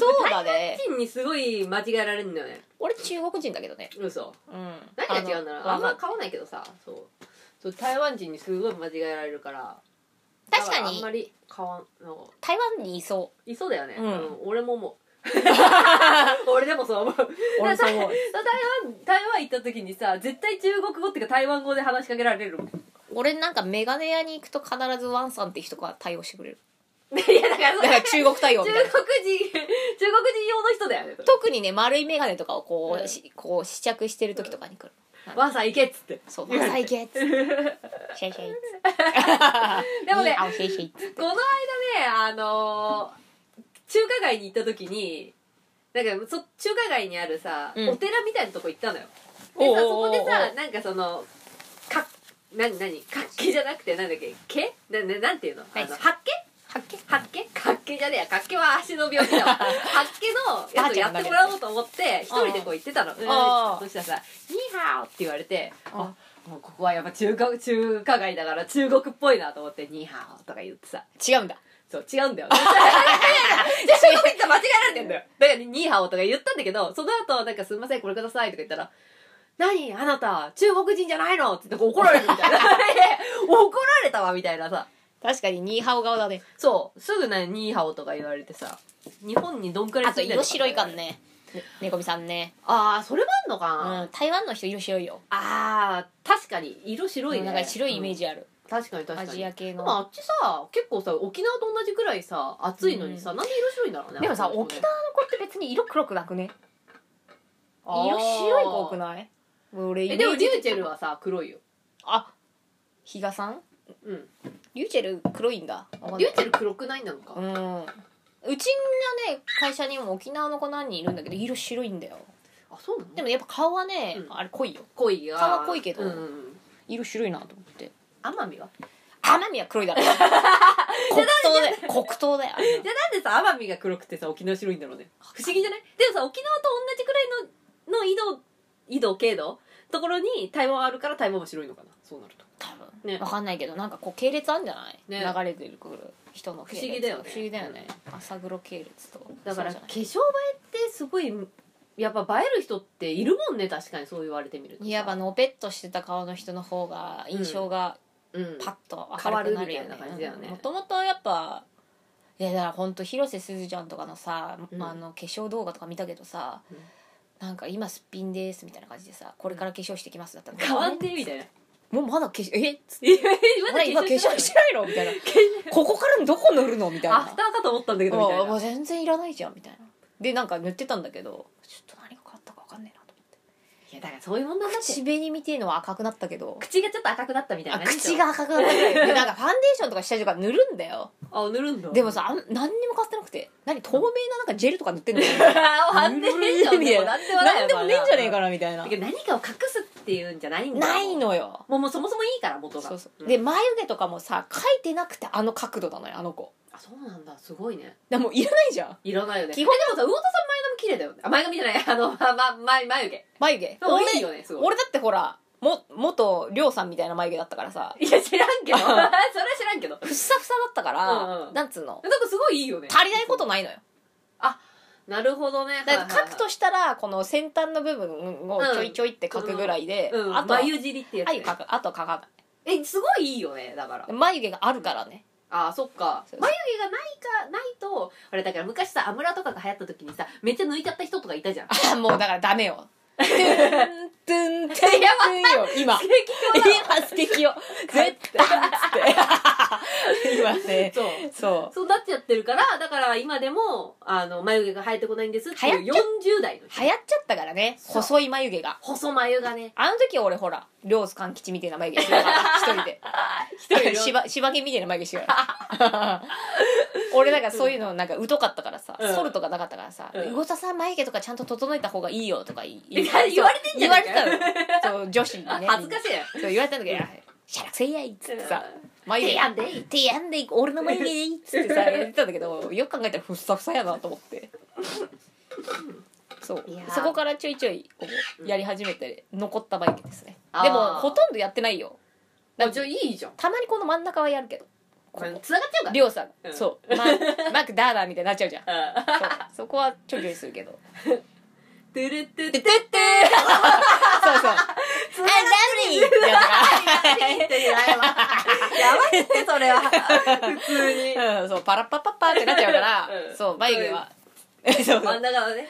Speaker 3: そうだね
Speaker 2: 台湾人にすごい間違えられるんだよね
Speaker 3: 俺中国人だけどね
Speaker 2: 嘘
Speaker 3: うん
Speaker 2: 何が違うんだろうあ
Speaker 3: あ
Speaker 2: ん
Speaker 3: のわ
Speaker 2: ま
Speaker 3: か
Speaker 2: 買わないけどさそうそう台湾人にすごい間違えられるから
Speaker 3: 確か
Speaker 2: だらあん
Speaker 3: に
Speaker 2: まり買わんなんか
Speaker 3: 台湾にい そ
Speaker 2: いそうだよね、
Speaker 3: うん
Speaker 2: 俺ももう 俺でもそう思う
Speaker 3: う俺そう思う
Speaker 2: 台湾台湾行った時にさ絶対中国語っていうか台湾語で話しかけられるもん
Speaker 3: 俺なんかメガネ屋に行くと必ずワンさんって人が対応してくれる
Speaker 2: いやだからそ
Speaker 3: だか
Speaker 2: れ
Speaker 3: ら中国対応
Speaker 2: 中
Speaker 3: み
Speaker 2: 国
Speaker 3: た いな
Speaker 2: 人中国人用の人だよね
Speaker 3: 特にね丸いメガネとかをこう,、
Speaker 2: うん
Speaker 3: しこう試着してる時とかに来る
Speaker 2: ワンさん行けっつって
Speaker 3: そう「最近」っ つって「シェイシェイ」っつって「
Speaker 2: でもね
Speaker 3: あシェイシェイ」っつって
Speaker 2: この間ねあのー中華街に行った時になんかそ中華街にあるさ、
Speaker 3: うん
Speaker 2: お寺みたいなとこ行ったのよで
Speaker 3: おう
Speaker 2: さ
Speaker 3: おうおうおう
Speaker 2: そこでさなんかそのか何何活気じゃなくてなんだっけ毛なななんていうのあの
Speaker 3: 何
Speaker 2: 発見
Speaker 3: 発見
Speaker 2: 発見かっけじゃねえやかっけは足の病気 だわかっけのやつをやってもらおうと思って一人でこう行ってたの
Speaker 3: あー
Speaker 2: うんそしたらさ「ニーハオ」って言われて
Speaker 3: うん
Speaker 2: あもうここはやっぱ中華中華街だから中国っぽいなと思って「ニーハオ」とか言ってさ
Speaker 3: 違 うんだ
Speaker 2: そう違うんだよいやいやいや 中国人と間違えられてんだよだから「ニーハオ」とか言ったんだけどその後なんか「すいませんこれください」とか言ったら「何あなた中国人じゃないの?」って言って怒られるみ たいな怒られたわみたいなさ
Speaker 3: 確かにニーハオ顔だね
Speaker 2: そうすぐねニーハオとか言われてさ日本にどんくらい
Speaker 3: あと色白いかんね猫みさんね、
Speaker 2: ああそれもあんのか
Speaker 3: う
Speaker 2: な、
Speaker 3: ん、台湾の人色白いよ
Speaker 2: あー確かに色白い
Speaker 3: な
Speaker 2: ね
Speaker 3: んか白いイメー
Speaker 2: ジ、
Speaker 3: ジある、
Speaker 2: うん確かに確か
Speaker 3: ア
Speaker 2: に
Speaker 3: ジア系
Speaker 2: でもあ
Speaker 3: の
Speaker 2: っちさ結構さ沖縄と同じくらいさ暑いのにさ、なんで色白いんだろうね
Speaker 3: でもさ
Speaker 2: あっちの
Speaker 3: 沖
Speaker 2: 人ね
Speaker 3: 縄の子って別に色黒くなくね
Speaker 2: あー
Speaker 3: 色白い子多くない俺
Speaker 2: えでも
Speaker 3: イメ
Speaker 2: リ
Speaker 3: ージ
Speaker 2: ューチェルはさ黒いよ
Speaker 3: あ比嘉さん
Speaker 2: うん
Speaker 3: リューチェル黒いんだわかんない
Speaker 2: リューチェル黒くないなのか、
Speaker 3: うんうちのね会社にも沖縄の子何人いるんだけど色白いんだよ
Speaker 2: あそうなの
Speaker 3: でもやっぱ顔はね、
Speaker 2: うん
Speaker 3: あれ濃いよ
Speaker 2: 濃いが
Speaker 3: 顔は濃いけど
Speaker 2: うんうんうん
Speaker 3: 色白いなと思って
Speaker 2: 奄美は
Speaker 3: 奄美は 黒いだろ 黒糖だよ黒糖だよ
Speaker 2: じゃあなんでさ奄美が黒くてさ沖縄白いんだろうね不思議じゃないでもさ沖縄と同じくらいのの緯度緯度経度ところに台湾あるから台湾も白いのかなそうなると
Speaker 3: 多分、
Speaker 2: ね
Speaker 3: 分かんないけどなんかこう系列あるんじゃない、
Speaker 2: ね
Speaker 3: 流れてくる人の系列
Speaker 2: 不思議だよね
Speaker 3: 不思議だよね朝黒系列と
Speaker 2: だから
Speaker 3: そ
Speaker 2: 化
Speaker 3: うじ
Speaker 2: 粧映えってすごいやっぱ映える人っているもんね確かにそう言われてみる
Speaker 3: ゃ
Speaker 2: と
Speaker 3: ないいわばのぺっとしてた顔の人の方が印象が
Speaker 2: うん
Speaker 3: パッと明るくなるよ
Speaker 2: 変わるみたいな感じだよね
Speaker 3: ねもともとやっぱいやだから本当広瀬すずちゃんとかのさ、
Speaker 2: うん
Speaker 3: あの化粧動画とか見たけどさ、
Speaker 2: うん
Speaker 3: なんか今すっぴんですみたいな感じでさこれから化粧してきますだったの
Speaker 2: 変わんねえみたいな
Speaker 3: もうまだ化粧えっつって
Speaker 2: え
Speaker 3: 俺今化粧してないのみ たいなここからどこ塗るのみたい
Speaker 2: ア
Speaker 3: な
Speaker 2: フターかと思ったんだけどみたい
Speaker 3: あも
Speaker 2: な
Speaker 3: う全然いらないじゃんみたいなでなんか塗ってたんだけどちょっと何が変わったか分かんねえなと思って
Speaker 2: いやだからそういうもんなんだって
Speaker 3: 口紅みてえのは赤くなったけど
Speaker 2: 口がちょっと赤くなったみたい
Speaker 3: あ
Speaker 2: な感じでしょ
Speaker 3: 口が赤くなったぐらいでなんかファンデーションとか下地とか塗るんだよ
Speaker 2: あ塗るんだ
Speaker 3: でもさあん何にも変わってなくて何透明ななんかジェルとか塗ってんの
Speaker 2: あんでねえじゃんでもなんでもな
Speaker 3: 何
Speaker 2: い
Speaker 3: でもねえんじゃねえ
Speaker 2: ら
Speaker 3: かなみたいな
Speaker 2: だけど何かを隠すっていうんじゃないんだよ
Speaker 3: ないのよ
Speaker 2: もうもうそもそもいいから元が
Speaker 3: そうそうで
Speaker 2: で
Speaker 3: 眉毛とかもさ描いてなくてあの角度なのよあの子
Speaker 2: あそうなんだすごいね
Speaker 3: だからもういらないじゃん
Speaker 2: いらないよね
Speaker 3: 基
Speaker 2: 基
Speaker 3: 本
Speaker 2: 本でもさ魚田さん前髪綺麗だよねあ前髪じゃない あのままま眉毛
Speaker 3: 眉毛
Speaker 2: でもいいよねすごい
Speaker 3: 俺だってほらも元亮さんみたいな眉毛だったからさ
Speaker 2: いや知らんけど それは知らんけどなんか
Speaker 3: ふさふさだったから、
Speaker 2: うんうん
Speaker 3: なんつうの
Speaker 2: すごいいいよね
Speaker 3: 足りないことないのよ
Speaker 2: なるほどね
Speaker 3: だから描くとしたらこの先端の部分をちょいちょいって描くぐらいで、
Speaker 2: うん
Speaker 3: あとは
Speaker 2: 眉尻ってやつ
Speaker 3: あ
Speaker 2: ね
Speaker 3: ゆ描くあとは描か
Speaker 2: えすごいいいよねだから
Speaker 3: ない眉毛があるからね
Speaker 2: あーそっか
Speaker 3: そうそう
Speaker 2: 眉毛がないかないとあれだから昔さアムラとかが流行った時にさめっちゃ抜いちゃった人とかいたじ ゃん
Speaker 3: あもうだからダメよトゥントゥントゥンよ今
Speaker 2: 平気
Speaker 3: 今素敵よ絶対つって今ね
Speaker 2: そう
Speaker 3: そ
Speaker 2: そうなっちゃってるからだから今でもあの眉毛が生えてこないんですっていう
Speaker 3: 流行っ
Speaker 2: 40代の
Speaker 3: う
Speaker 2: 人
Speaker 3: 流行っちゃったからね
Speaker 2: そう
Speaker 3: 細い眉毛が
Speaker 2: 細眉がね
Speaker 3: あの時俺ほら、りょうすかんきちみたいな眉毛してたから、一人で。
Speaker 2: 一人で
Speaker 3: しば、しばけみたいな眉毛してたから。俺なんかそういうのなんか疎かったからさ、
Speaker 2: うん
Speaker 3: ソルトがなかったからさ、
Speaker 2: うん
Speaker 3: うごたさん眉毛とかちゃんと整えた方がいいよとかいい
Speaker 2: 言われてんじゃねえか
Speaker 3: 言われてたの。そう、女子にね。
Speaker 2: 恥ずかしいや
Speaker 3: そう言われたんだけどいや、シャラクセイヤイっつってさ、眉
Speaker 2: 手
Speaker 3: 毛。
Speaker 2: やんでいい
Speaker 3: 手やんでいい俺の眉毛でいいっつってさ、やってたんだけど、 よく考えたらふっさふさやなと思って。そう
Speaker 2: いやー
Speaker 3: そこからちょいちょいこうやり始めて残った眉毛ですね
Speaker 2: あー
Speaker 3: でもほとんどやってないよ
Speaker 2: あじゃあいいじゃん
Speaker 3: たまにこの真ん中はやるけど
Speaker 2: これ繋がっちゃうから
Speaker 3: りょうさん、
Speaker 2: うん
Speaker 3: そう ママークダーダーみたいになっちゃうじゃん
Speaker 2: うん
Speaker 3: そうそこはちょいちょいするけ ど
Speaker 2: てれっ
Speaker 3: 「
Speaker 2: て
Speaker 3: て
Speaker 2: て
Speaker 3: ってって!」そうそう「
Speaker 2: つなが
Speaker 3: I love you!」ってやつ
Speaker 2: やばいってそれは普通に
Speaker 3: がうんそうパラッパッパッパーってなっちゃうから、
Speaker 2: うん
Speaker 3: そう眉毛はそうそ
Speaker 2: 真
Speaker 3: うん
Speaker 2: 中のね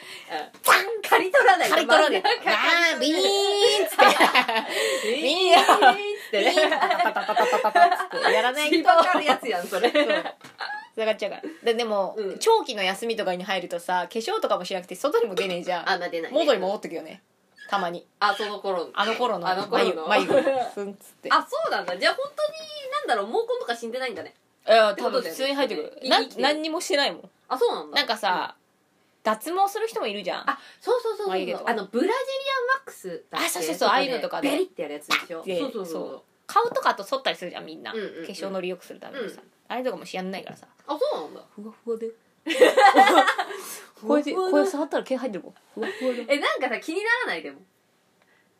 Speaker 2: ザン刈り取らない
Speaker 3: 刈り取らない
Speaker 2: 真ん中
Speaker 3: あービーンっつって
Speaker 2: ビ
Speaker 3: ビ
Speaker 2: ーン
Speaker 3: ーン
Speaker 2: ってね
Speaker 3: ビーンパタパタパタパタっつってやらないと
Speaker 2: 心配かかるやつやんそれ
Speaker 3: 繋がっちゃうからででも、
Speaker 2: うん
Speaker 3: 長期の休みとかに入るとさ化粧とかもしなくて外にも出ねえじゃん
Speaker 2: あんま出ないね
Speaker 3: 元に戻ってくよねたまに
Speaker 2: あその頃の
Speaker 3: あの頃の
Speaker 2: あの頃の
Speaker 3: 眉眉毛スンっつって
Speaker 2: あそうなんだじゃあ本当になんだろう毛根とか死んでないんだね
Speaker 3: いや
Speaker 2: ってこ
Speaker 3: 多
Speaker 2: と
Speaker 3: 分
Speaker 2: だ
Speaker 3: 普
Speaker 2: よね
Speaker 3: 通に入ってく
Speaker 2: い
Speaker 3: る
Speaker 2: い
Speaker 3: な
Speaker 2: 生きてる
Speaker 3: 何にもしてないもん
Speaker 2: あそうなんだ
Speaker 3: なんかさ、脱毛する人もいるじゃん
Speaker 2: あそうそうそうそう
Speaker 3: 眉毛とか
Speaker 2: あのブラジリアンワックスだっけ
Speaker 3: あそうそうそうああいうのとか
Speaker 2: で
Speaker 3: で
Speaker 2: ベリってやるやつでしょ
Speaker 3: で
Speaker 2: そうそうそう
Speaker 3: そ顔とかあと剃ったりするじゃんみんな、
Speaker 2: うんうんうん
Speaker 3: 化粧のり良くするためにさ、
Speaker 2: う
Speaker 3: あれとかもしやんないからさ
Speaker 2: あそうなんだ
Speaker 3: ふわふわでこうやってこう
Speaker 2: ふわふわだ
Speaker 3: やって触ったら毛入ってるもんふわふわで
Speaker 2: えなんかさ気にならないでも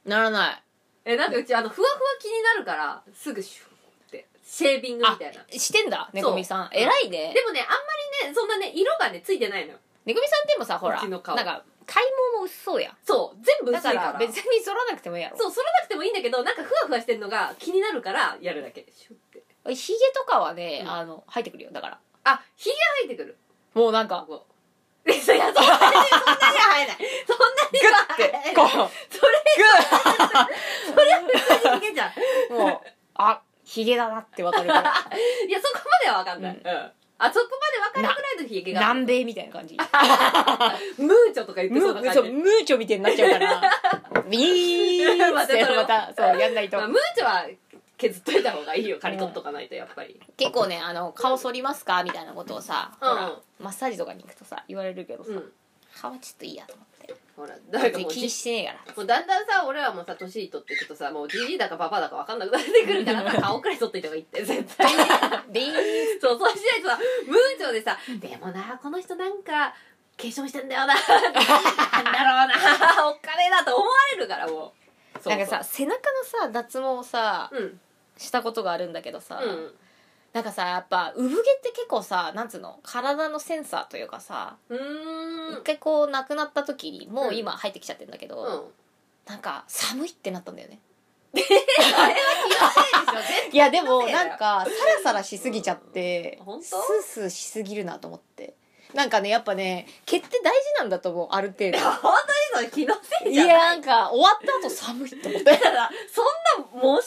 Speaker 3: ならない
Speaker 2: えなんかうちあのふわふわ気になるからすぐシューってシェービングみ
Speaker 3: あ
Speaker 2: たいな
Speaker 3: してんだ猫みさん
Speaker 2: そう
Speaker 3: 偉いね
Speaker 2: でもねあんまりねそんなね色がねついてないのよ
Speaker 3: ねぐみさんでもさほら
Speaker 2: うち
Speaker 3: な
Speaker 2: の
Speaker 3: ん
Speaker 2: 顔
Speaker 3: か体毛も薄そうやん
Speaker 2: そう全部薄
Speaker 3: だ
Speaker 2: いか
Speaker 3: からら別に剃らなくてもいいやろ
Speaker 2: そう剃らなくてもいいんだけどなんかふわふわしてるのが気になるからやるだけシュッて
Speaker 3: ひげとかはね、
Speaker 2: うん
Speaker 3: あの入ってくるよだから
Speaker 2: あひげ生えてくる
Speaker 3: もうなんか
Speaker 2: ここでそりゃそんなに、そんなには生えない。そんなには生えない。
Speaker 3: て、こう、
Speaker 2: それ、
Speaker 3: グ
Speaker 2: それは普通にいけちゃう。
Speaker 3: ッもう、あ、ヒゲだなってわかるから。
Speaker 2: いや、そこまではわかんな
Speaker 3: う
Speaker 2: い。
Speaker 3: ん
Speaker 2: あそこまでわかるくらいのヒゲが。
Speaker 3: 南米みたいな感じ。
Speaker 2: ムーチョとか言って
Speaker 3: ム
Speaker 2: そうな
Speaker 3: ー
Speaker 2: 感
Speaker 3: そ
Speaker 2: じ
Speaker 3: う。ムーチョみたいになっちゃう から。ビーンってまた、そう、やんないと
Speaker 2: まあ、。ムーチョは削っといた方がいいよ。刈り取っとかないと、やっぱり。
Speaker 3: 結構ね、あの、顔剃りますかみたいなことをさ、
Speaker 2: うん
Speaker 3: ほらマッサージとかに行くとさ、言われるけどさ
Speaker 2: う、ん。
Speaker 3: 歯はちょっといいやと思って。
Speaker 2: ほら、誰か
Speaker 3: 別に
Speaker 2: もう
Speaker 3: 気に
Speaker 2: じ、
Speaker 3: してねえ から。
Speaker 2: もうだんだんさ、俺はもうさ、年取っていくとさ、もうじじいだかばばだかわかんなくなってくるからさ、顔くらい取っといた方がいいって、絶対に。
Speaker 3: ビーン
Speaker 2: そう、そうしないとさ、ムーチョでさ、でもな、この人なんか、化粧して んだよな、なんだろうな、おっかねえなと思われるから、もう。そうそう
Speaker 3: なんかさ、背中のさ、脱毛をさ、
Speaker 2: うん。
Speaker 3: したことがあるんだけどさ、
Speaker 2: うん。
Speaker 3: なんかさ、やっぱ、産毛って結構さ、なんつうの、体のセンサーというかさ、
Speaker 2: う
Speaker 3: 一
Speaker 2: ーん。
Speaker 3: 回こう、なくなった時に、もう今入ってきちゃってんだけど、
Speaker 2: うん。
Speaker 3: なんか、寒いってなったんだよね。
Speaker 2: あれは気のせいでしょ、絶
Speaker 3: いや、で
Speaker 2: な
Speaker 3: も、
Speaker 2: んでだよ
Speaker 3: なんか、サラサラしすぎちゃって
Speaker 2: うん本、当
Speaker 3: スースーしすぎるなと思って。なんかね、やっぱね、毛って大事なんだと思う、ある程度。
Speaker 2: 対。本当にそれ気の せい
Speaker 3: い
Speaker 2: じゃ
Speaker 3: や、
Speaker 2: ん。
Speaker 3: なんか、終わった後寒いって思って。
Speaker 2: ただ、そんな、もしゃもしゃに入っ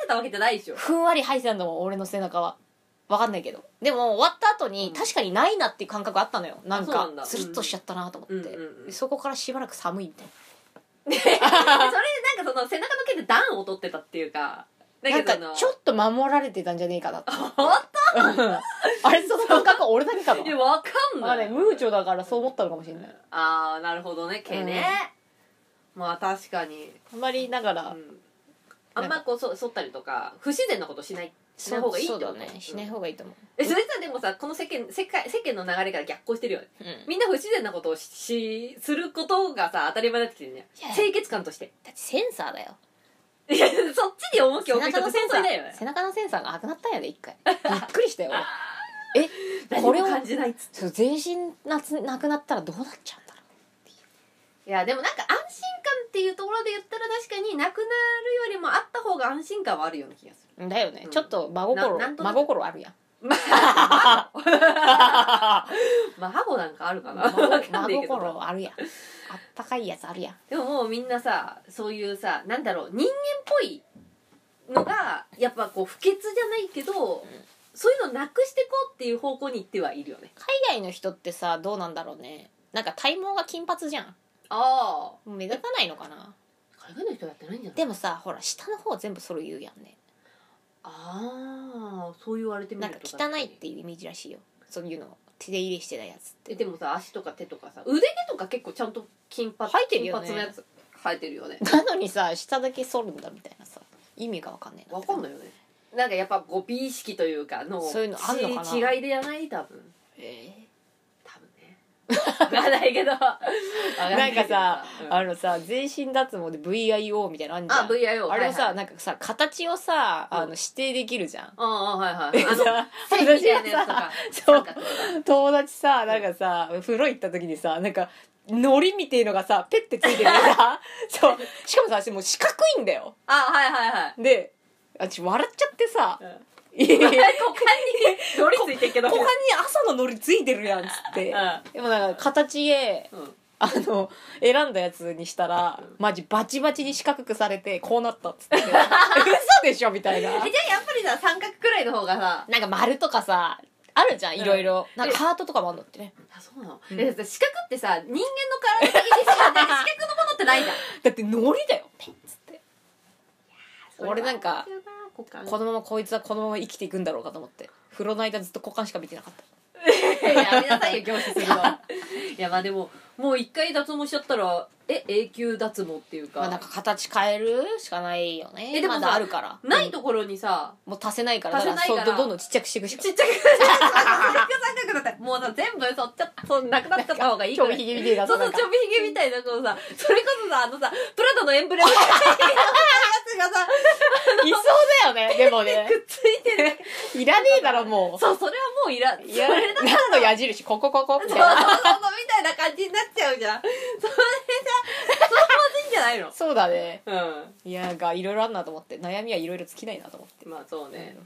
Speaker 2: てたわけじゃないでし ょ。
Speaker 3: ふんわり吐いてたんだもん俺の背中はわかんないけどでも終わった後に
Speaker 2: うん
Speaker 3: 確かにないなっていう感覚あったのよなん
Speaker 2: そうな
Speaker 3: か
Speaker 2: んだ
Speaker 3: スルッとしちゃったなと思って、
Speaker 2: うんうんうん
Speaker 3: そこからしばらく寒いみたい
Speaker 2: それ、なんかその背中の毛で段を取ってたっていうか、だ
Speaker 3: なな
Speaker 2: け
Speaker 3: ん
Speaker 2: どあ
Speaker 3: か
Speaker 2: の、
Speaker 3: ちょっと守られてたんじゃねえか なって
Speaker 2: ほ
Speaker 3: うん
Speaker 2: ん
Speaker 3: あれその感覚俺だけか
Speaker 2: とに
Speaker 3: な
Speaker 2: わかん
Speaker 3: ま
Speaker 2: な
Speaker 3: あ
Speaker 2: い。
Speaker 3: ねムーチョだからそう思ったのかもしれない
Speaker 2: あーなるほどね毛ね、まあ確かに、
Speaker 3: あんまりだか
Speaker 2: う
Speaker 3: ら、
Speaker 2: ん、あんまこうそ剃ったりとか不自然なことしないしない方がいいって
Speaker 3: そう
Speaker 2: こと
Speaker 3: だねしない方がいいと思う、
Speaker 2: えそれさでもさこの世間世界世間の流れから逆行してるよね
Speaker 3: うん
Speaker 2: みんな不自然なことをししすることがさ当たり前になってきてるね
Speaker 3: いや
Speaker 2: 清潔感として
Speaker 3: だってセンサーだよ
Speaker 2: いやそっちに重き
Speaker 3: 背
Speaker 2: を置く
Speaker 3: 中
Speaker 2: 人
Speaker 3: の
Speaker 2: っ
Speaker 3: セ
Speaker 2: て
Speaker 3: ン
Speaker 2: 本
Speaker 3: サー
Speaker 2: 当にないよね
Speaker 3: 背中のセンサーがなくなったんやで一 回びっくりしたよ俺え
Speaker 2: 何
Speaker 3: こ
Speaker 2: も
Speaker 3: れを
Speaker 2: 感じないっつ
Speaker 3: そう全身なつなくなったらどうなっちゃうんだろう
Speaker 2: いやでもなんか安心感っていうところで言ったら確かになくなるよりもあった方が安心感はあるような気がする
Speaker 3: だよね、
Speaker 2: うん
Speaker 3: ちょっと真
Speaker 2: な
Speaker 3: 心
Speaker 2: なんとな
Speaker 3: 真
Speaker 2: く
Speaker 3: 心あるや ん
Speaker 2: まあハボなんかあるかな
Speaker 3: 真
Speaker 2: わかんない
Speaker 3: 真
Speaker 2: けど
Speaker 3: 心あるやんあったかいやつあるやん
Speaker 2: でももうみんなさそういうさなんだろう人間っぽいのがやっぱこう不潔じゃないけど、そういうのなくしてこうっていう方向に行ってはいるよね
Speaker 3: 海外の人ってさどうなんだろうねなんか体毛が金髪じゃん
Speaker 2: ああ
Speaker 3: もう目立たないのかな
Speaker 2: 海外の人やってないんじゃない
Speaker 3: でもさほら下の方全部それ言うやんね
Speaker 2: ああそう言われてみ
Speaker 3: なん
Speaker 2: る
Speaker 3: か
Speaker 2: と
Speaker 3: 汚いっていうイメージらしいよそういうの手で入れしてたやつって
Speaker 2: えでもさ足とか手とかさ腕毛とか結構ちゃんと金髪
Speaker 3: 生えてるよね
Speaker 2: 金髪のやつ生えてるよね
Speaker 3: なのにさ下だけ剃るんだみたいなさ意味がわかんないな
Speaker 2: わかんないよねなんかやっぱこう美意識というかの
Speaker 3: そういうのあんのかな
Speaker 2: 違いでやない多分
Speaker 3: えー
Speaker 2: 多分 ねわかんないけどわかん
Speaker 3: な
Speaker 2: なんいけ
Speaker 3: か
Speaker 2: ど
Speaker 3: さ、
Speaker 2: うん
Speaker 3: あのさ全身脱毛で VIO みたいなのあんじゃん
Speaker 2: あ VIO
Speaker 3: あれをさ、
Speaker 2: はいはい
Speaker 3: なんかさ形をさ
Speaker 2: うん
Speaker 3: あの指定できるじゃん、
Speaker 2: ああはいはいあの
Speaker 3: さ
Speaker 2: 線みたいなやつと
Speaker 3: 私はそ
Speaker 2: か三
Speaker 3: う
Speaker 2: 角とか
Speaker 3: 友達さなんかさ風呂行った時にさなんかのりみてえのがさペッてついてるから さそうしかもさ私もう四角いんだよ
Speaker 2: あはいはいはい
Speaker 3: で私笑っちゃってさ
Speaker 2: うん
Speaker 3: 「 いやいや
Speaker 2: 股間に 乗りついてるけど
Speaker 3: 後半に朝ののりついてるやん」っつって、
Speaker 2: うん
Speaker 3: でもなんか形へ
Speaker 2: うん
Speaker 3: あの選んだやつにしたらマジバチバチに四角くされてこうなったっ つって嘘でしょみたいな
Speaker 2: えじゃあやっぱりさ三角くらいの方がさ
Speaker 3: なんか丸とかさあるじゃんいろいろ、
Speaker 2: うん
Speaker 3: なんかハートとかもあんだってね
Speaker 2: あそうなの、
Speaker 3: うん
Speaker 2: えだって四角ってさ人間の体的 にさなんか四角のものってないじゃん
Speaker 3: だってノリだよペッつって俺なんか
Speaker 2: 股間
Speaker 3: このままこいつはこのまま生きていくんだろうかと思って風呂の間ずっと股間しか見てなかった
Speaker 2: やめなさいよ凝視するの いやまあでももう一回脱毛しちゃったらえ永久脱毛っていうか,、
Speaker 3: まあなんか形変えるしかないよね
Speaker 2: えでも
Speaker 3: ま
Speaker 2: さ
Speaker 3: だあるから
Speaker 2: ない
Speaker 3: うん
Speaker 2: ところにさ、
Speaker 3: もう足せないからだから
Speaker 2: 足せないか
Speaker 3: そう
Speaker 2: ら
Speaker 3: どんどんちっちゃくしていくしか
Speaker 2: ちっちゃく三角だったもうさ全部そっちゃそうなくなっちゃった方がいい
Speaker 3: ち
Speaker 2: か
Speaker 3: ょ
Speaker 2: ら
Speaker 3: びひげみてえな
Speaker 2: そうそう
Speaker 3: なんか
Speaker 2: ちょびひげみたいなこうさそれこそさあのさプラダのエンブレムみたいなやつがさ
Speaker 3: いそうだよねでもね
Speaker 2: くっついてる
Speaker 3: いらねえだろも
Speaker 2: そうそれはもういらん
Speaker 3: ういや何の矢印ここここみ
Speaker 2: そ
Speaker 3: た
Speaker 2: う
Speaker 3: い
Speaker 2: そう
Speaker 3: な
Speaker 2: そうみたいな感じになっちゃうじゃんそれじゃそれまずいんじゃないの
Speaker 3: そうだね
Speaker 2: う
Speaker 3: いやなんかいろいろあんなと思って悩みはいろいろ尽きないなと思って
Speaker 2: んまあそうね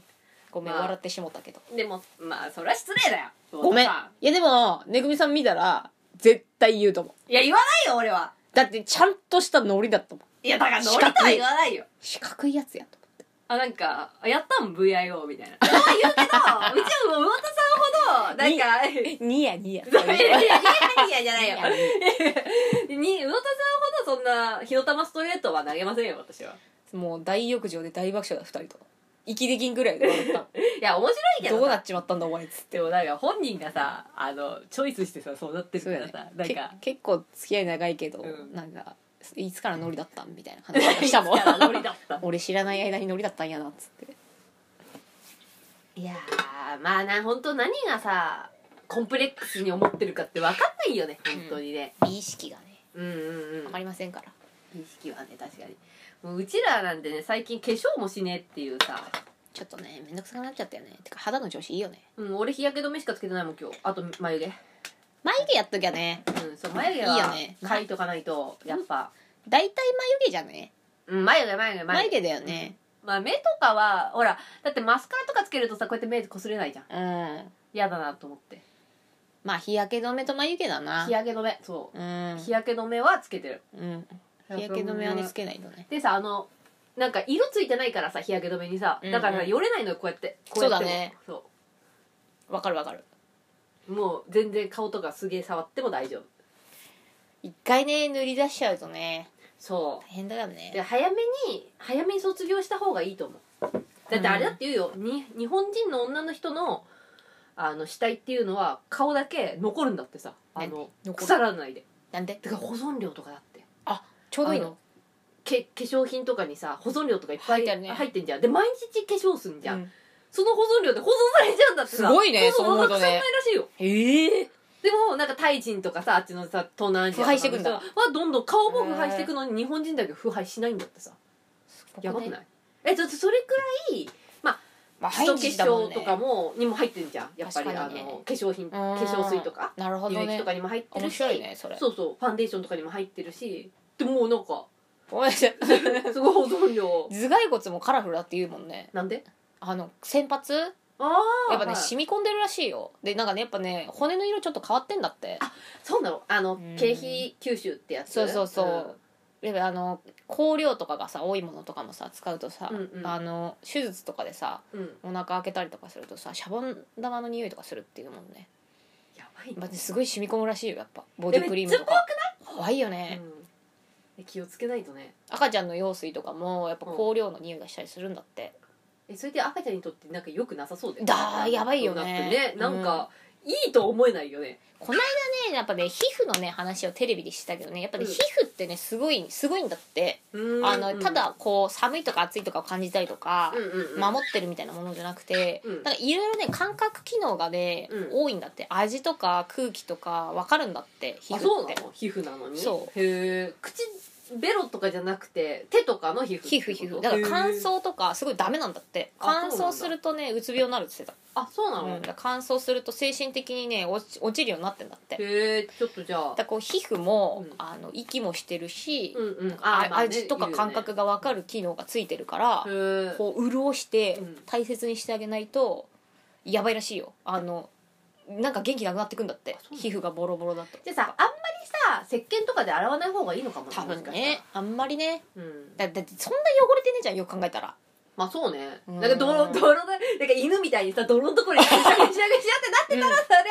Speaker 3: ごめん、
Speaker 2: まあ
Speaker 3: 笑ってしもたけど
Speaker 2: でもまあそれは失礼だよ
Speaker 3: ごめんい
Speaker 2: あ
Speaker 3: やでもねぐみさん見たら絶対言うと思う。
Speaker 2: いや、言わないよ、俺は。
Speaker 3: だってちゃんとしたノリだったもん。
Speaker 2: いや、だから、ノ
Speaker 3: 四
Speaker 2: リと
Speaker 3: 角い
Speaker 2: は言わないよ。
Speaker 3: 四角いやつやと。
Speaker 2: あ、なんか、あやったん ?VIO みたいな。 そうは言うけど、うちはもう、魚田さんほ ど、なんか、
Speaker 3: ニヤニヤ。
Speaker 2: いやいやいやいやじゃないよ
Speaker 3: いや。
Speaker 2: に、うのたさんほどそんな、火の玉ストレートは投げませんよ、私は。
Speaker 3: もう大浴場で大爆笑だ、二人と。息できんぐらいで笑ったの。
Speaker 2: いや、面白いけど
Speaker 3: どうな
Speaker 2: さ。
Speaker 3: っちまったんだお前っつって。
Speaker 2: でもなんか本人がさ、あの、チョイスしてさ、そうなってるからさ、なんか、
Speaker 3: け結構付き合い長いけど、
Speaker 2: うん
Speaker 3: なんかいつからノリだったんみたいな話をしたもん
Speaker 2: いつからノリだった
Speaker 3: 俺知らない間にノリだったんやなっつって
Speaker 2: いやー、まあな、本当何がさ、コンプレックスに思ってるかって分かんないよね、本当にね。
Speaker 3: 美意識がね
Speaker 2: うんうんうん
Speaker 3: わかりませんから、
Speaker 2: 意識はね、確かに。もううちらなんてね、最近化粧もしねえっていうさ、
Speaker 3: ちょっとねめんどくさくなっちゃったよねてか肌の調子いいよね
Speaker 2: うん、俺日焼け止めしかつけてないもん今日。あと眉毛。
Speaker 3: 眉毛やっときゃね
Speaker 2: うん、そう、眉毛
Speaker 3: いいよ
Speaker 2: は
Speaker 3: ね
Speaker 2: 描いとかないと、やっぱ、
Speaker 3: 大体眉毛じゃね
Speaker 2: うん、眉毛、眉毛、
Speaker 3: 眉
Speaker 2: 眉毛。
Speaker 3: 毛だよね
Speaker 2: まあ、目とかは、ほら、だってマスカラとかつけるとさ、こうやって目こすれないじゃん。
Speaker 3: うん
Speaker 2: 嫌だなと思って。
Speaker 3: まあ日焼け止めと眉毛だな
Speaker 2: 日焼け止め、そうう。
Speaker 3: ん
Speaker 2: 日焼け止めはつけてる。
Speaker 3: うん日焼け止めはねつけないとね
Speaker 2: でさ、あの、なんか色ついてないからさ、日焼け止めにさ
Speaker 3: うんう、ん
Speaker 2: だからさ、よれないのよ、こうやって。こや
Speaker 3: そう
Speaker 2: っても
Speaker 3: だね。
Speaker 2: そ
Speaker 3: わかるわかる
Speaker 2: う。もう、全然顔とかすげえ触っても大丈夫。
Speaker 3: 一回ね塗り出しちゃうとね
Speaker 2: そ
Speaker 3: 大変だよ
Speaker 2: う。で、
Speaker 3: ね
Speaker 2: 早めに、早めに卒業した方がいいと思う。だってあれだって言うよ、に日本人の女の人のあの死体っていうのは顔だけ残るんだってさあの
Speaker 3: 何残る
Speaker 2: 腐らないで
Speaker 3: なんで
Speaker 2: てか保存料とかだって
Speaker 3: ちょうどいい
Speaker 2: あ
Speaker 3: の
Speaker 2: のけ化粧品とかにさ保存料とかいっぱ
Speaker 3: 入
Speaker 2: い
Speaker 3: ってるね
Speaker 2: 入ってんじゃんで毎日化粧すんじゃん、
Speaker 3: うん
Speaker 2: その保存料で保存されちゃうんだってさ
Speaker 3: すごいね
Speaker 2: そう
Speaker 3: そう思うとね
Speaker 2: そんな腐んないらしいよ
Speaker 3: ええ
Speaker 2: でもなんかタイ人とかさあっちのさ東南アジ
Speaker 3: 腐
Speaker 2: アとか
Speaker 3: 敗してくんだ
Speaker 2: はどんどん顔も腐敗してくのに日本人だけ腐敗しないんだってさやばくないえだってそれくらい
Speaker 3: まあ、
Speaker 2: 基
Speaker 3: ハイ
Speaker 2: 礎化
Speaker 3: ジだもん
Speaker 2: 粧
Speaker 3: ね
Speaker 2: とかもにも入ってんじゃんやっぱり、
Speaker 3: 確
Speaker 2: あ
Speaker 3: かにね
Speaker 2: の化粧品化
Speaker 3: うん
Speaker 2: 粧水とか
Speaker 3: なるほ
Speaker 2: 乳
Speaker 3: ど
Speaker 2: 液
Speaker 3: ね
Speaker 2: とかにも入ってる
Speaker 3: 面
Speaker 2: し
Speaker 3: 白いねそれ
Speaker 2: そうそうファンデーションとかにも入ってるしでもうなんか
Speaker 3: ごめんなさい
Speaker 2: すごい保存量
Speaker 3: 頭蓋骨もカラフルだって言うもんね
Speaker 2: なんで
Speaker 3: あの先発やっ
Speaker 2: ああ
Speaker 3: ぱね、染み込んでるらしいよでなんかねやっぱね骨の色ちょっと変わってんだって
Speaker 2: そうなのあの
Speaker 3: うん
Speaker 2: 経費吸収ってやつ
Speaker 3: そうそうそう、やっぱあの香料とかがさ多いものとかもさ使うとさ、
Speaker 2: うんうん
Speaker 3: あの手術とかでさ
Speaker 2: うん、うん
Speaker 3: お腹開けたりとかするとさシャボン玉の匂いとかするっていうもんね
Speaker 2: やばい
Speaker 3: やっ
Speaker 2: ね
Speaker 3: ぱねすごい染み込むらしいよやっぱボディクリームとか怖いよ
Speaker 2: え
Speaker 3: ね、
Speaker 2: うんえ気をつけないとね
Speaker 3: 赤ちゃんの羊水とかもやっぱ香料の匂いがしたりするんだって、
Speaker 2: えそれで赤ちゃんにとってなんか良くなさそうだよ
Speaker 3: だーやばいよね
Speaker 2: だってねなんか、いいと思えないよね
Speaker 3: この間ねやっぱね皮膚のね話をテレビでしたけどねやっぱね、
Speaker 2: うん
Speaker 3: 皮膚ってねすごいすごいんだって、
Speaker 2: うん
Speaker 3: あのただこう寒いとか暑いとかを感じたりとか
Speaker 2: う、んうんうん、
Speaker 3: 守ってるみたいなものじゃなくて、
Speaker 2: うん
Speaker 3: なんかいろいろね感覚機能がね、
Speaker 2: うん
Speaker 3: 多いんだって味とか空気とか分かるんだって皮膚
Speaker 2: あ
Speaker 3: って
Speaker 2: そうなの皮膚なのに
Speaker 3: そう
Speaker 2: へえ口ベロとかじゃなくて手とかの皮膚
Speaker 3: 皮膚皮膚だから乾
Speaker 2: へえ
Speaker 3: 燥とかすごいダメなんだって
Speaker 2: あそうな
Speaker 3: 乾燥
Speaker 2: んだ
Speaker 3: するとねうつ病になるって言って
Speaker 2: あそうな
Speaker 3: た、
Speaker 2: の、
Speaker 3: うんだから乾燥すると精神的にね落ち落ちるようになってんだって
Speaker 2: へえちょっとじゃあ
Speaker 3: だからこう皮膚も、
Speaker 2: うん
Speaker 3: あの息もしてるし、
Speaker 2: うんうん
Speaker 3: あ
Speaker 2: ーまあね
Speaker 3: 味とか感覚が分かる機能がついてるから、
Speaker 2: 言うよねへえ
Speaker 3: こう潤して
Speaker 2: うん
Speaker 3: 大切にしてあげないとやばいらしいよあのなんか元気なくなってくんだって
Speaker 2: あそうなの
Speaker 3: 皮膚がボロボロだと
Speaker 2: じゃあさあんまりさ石鹸とかで洗わない方がいいのかも
Speaker 3: 多分ね、あんまりね
Speaker 2: もしかしたらうん、
Speaker 3: だだってそんな汚れてねえじゃんよく考えたら
Speaker 2: まあそうね
Speaker 3: うん
Speaker 2: なんか 泥泥だなんか犬みたいにさ泥のところにしなぐしなぐしなってなってたら、それは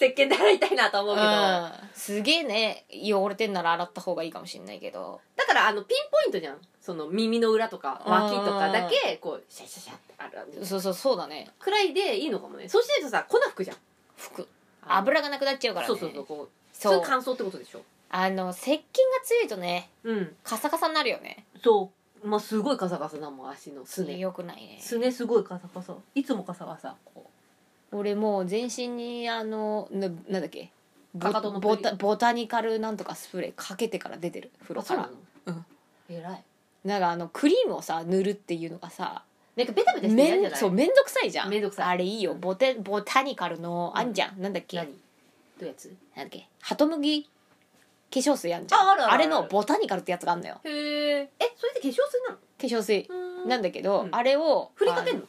Speaker 2: 石鹸で洗いたいなと思うけど、
Speaker 3: うんすげえね汚れてんなら洗った方がいいかもしんないけど
Speaker 2: だからあのピンポイントじゃんその耳の裏とか脇とかだけこうシャシャシャってある
Speaker 3: そうそうそうだね
Speaker 2: くらいでいいのかもねそうしないとさ粉吹くじゃん
Speaker 3: 服
Speaker 2: あの
Speaker 3: 油がなくなっちゃうからね
Speaker 2: そうそうそうこう
Speaker 3: そう
Speaker 2: そう乾燥ってことでしょ
Speaker 3: あの石鹸が強いとね
Speaker 2: うん
Speaker 3: カサカサになるよね
Speaker 2: そうまあすごいカサカサだもん足のすね
Speaker 3: よくないね
Speaker 2: すねすごいカサカサいつもカサカサこう
Speaker 3: 俺もう全身にあのななんだっけボ
Speaker 2: かかとのプリ
Speaker 3: ボタボタニカルなんとかスプレーかけてから出てる風呂
Speaker 2: あそ
Speaker 3: か
Speaker 2: うな
Speaker 3: ら
Speaker 2: の
Speaker 3: うん
Speaker 2: 偉い
Speaker 3: なんかあのクリームをさ塗るっていうのがさ
Speaker 2: なんかベタベタして
Speaker 3: め
Speaker 2: 嫌じゃ
Speaker 3: ん
Speaker 2: ない
Speaker 3: そうめんどくさいじゃん
Speaker 2: めんどくさい
Speaker 3: あれいいよボテボタニカルのあんじゃん、なんだっけ
Speaker 2: 何どういうやつ
Speaker 3: なんだっけハトムギ化粧水あんじゃん
Speaker 2: ああるあるある
Speaker 3: れのボタニカルってやつがあんのよ
Speaker 2: へええそれで化粧水なの
Speaker 3: 化粧水
Speaker 2: うん
Speaker 3: なんだけど、
Speaker 2: うん
Speaker 3: あれを
Speaker 2: 振りかけん
Speaker 3: あ
Speaker 2: の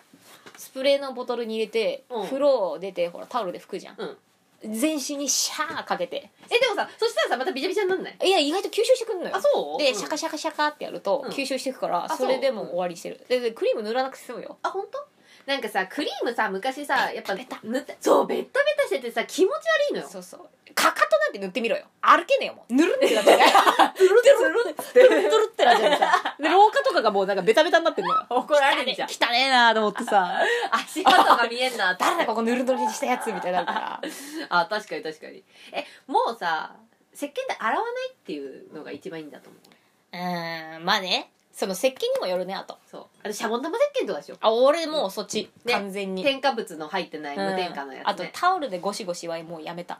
Speaker 3: スプレーのボトルに入れて、
Speaker 2: うん
Speaker 3: 風呂を出てほらタオルで拭くじゃん、
Speaker 2: うん
Speaker 3: 全身にシャーかけて
Speaker 2: えでもさそしたらさまたビチャビチャになんない
Speaker 3: いや意外と吸収してくんのよ
Speaker 2: あそう
Speaker 3: で
Speaker 2: うん
Speaker 3: シャカシャカシャカってやると
Speaker 2: うん
Speaker 3: 吸収してくから、
Speaker 2: あそ
Speaker 3: そうれでもう終わりしてるででクリーム塗らなくて済むよ
Speaker 2: あ本当なんかさクリームさ昔さやっぱ
Speaker 3: ベタ
Speaker 2: 塗ってそうベッタベタしててさ気持ち悪いのよ
Speaker 3: そうそうかかとなんて塗ってみろよ歩けねえよもうぬるってなっちゃう
Speaker 2: つる
Speaker 3: ぬるぬるってなっちゃう さで廊下とかがもうなんかベタベタになってんのよ
Speaker 2: 怒られるじゃん
Speaker 3: 汚ねえなと思って さ
Speaker 2: 足跡が見えんな
Speaker 3: 誰だここぬるぬるにしたやつみたいになるから
Speaker 2: あ確かに確かにえもうさ石鹸で洗わないっていうのが一番いいんだと思う
Speaker 3: うーんまあねその石鹸にもよるねあと
Speaker 2: そうあのシャボン玉石鹸とかでしょ
Speaker 3: あ俺もうそっち、
Speaker 2: ね
Speaker 3: 完全に、
Speaker 2: 添加物の入ってない
Speaker 3: うん
Speaker 2: 無添加のや
Speaker 3: あ
Speaker 2: つ、
Speaker 3: と
Speaker 2: ね
Speaker 3: タオルでゴシゴシはもうやめた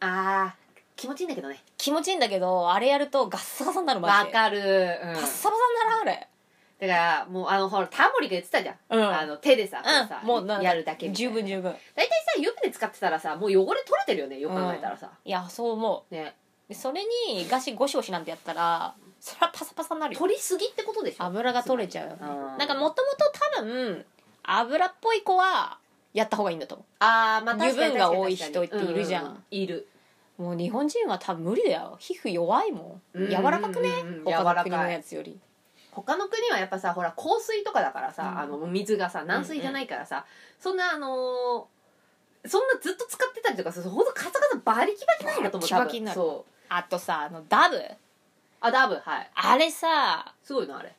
Speaker 2: ああー気持ちいいんだけどね
Speaker 3: 気持ちいいんだけどあれやるとガッサガサになるマ
Speaker 2: わ
Speaker 3: ジで
Speaker 2: かる、うん、
Speaker 3: パッサパサにならんあれ
Speaker 2: だからもうあのほらタモリが言ってたじゃん、
Speaker 3: うん
Speaker 2: あの手でさ,、さ
Speaker 3: うんもうなんか
Speaker 2: やるだけみたい
Speaker 3: 十
Speaker 2: な
Speaker 3: 分十分
Speaker 2: 大体さ湯船使ってたらさもう汚れ取れてるよねよく考えたらさ、
Speaker 3: いやそう思
Speaker 2: ね
Speaker 3: うでそれにガシゴシゴシなんてやったらそりゃパサパサになるよ
Speaker 2: 取りすぎってことでしょ
Speaker 3: 油が取れちゃうよね
Speaker 2: うん
Speaker 3: なんかもともと多分油っぽい子はやった方がいいんだと思
Speaker 2: あーま
Speaker 3: 油分が多い
Speaker 2: 確かに
Speaker 3: 人っているじゃん
Speaker 2: うういる
Speaker 3: うもう日本人は多分無理だよ皮膚弱いもん
Speaker 2: うん
Speaker 3: 柔らかくね
Speaker 2: うん柔
Speaker 3: 他の
Speaker 2: らかい
Speaker 3: 国のやつより
Speaker 2: 他の国はやっぱさほら香水とかだからさ、
Speaker 3: うん
Speaker 2: あの水がさ軟水じゃないからさ、そんなあのーそんなずっと使ってたりとかするとほんとカサカサバリキバキなんだと思う多
Speaker 3: バリキバキに
Speaker 2: 分
Speaker 3: なる
Speaker 2: そう
Speaker 3: あとさあのダブ
Speaker 2: あダブはい
Speaker 3: あれさ
Speaker 2: すごいなあれ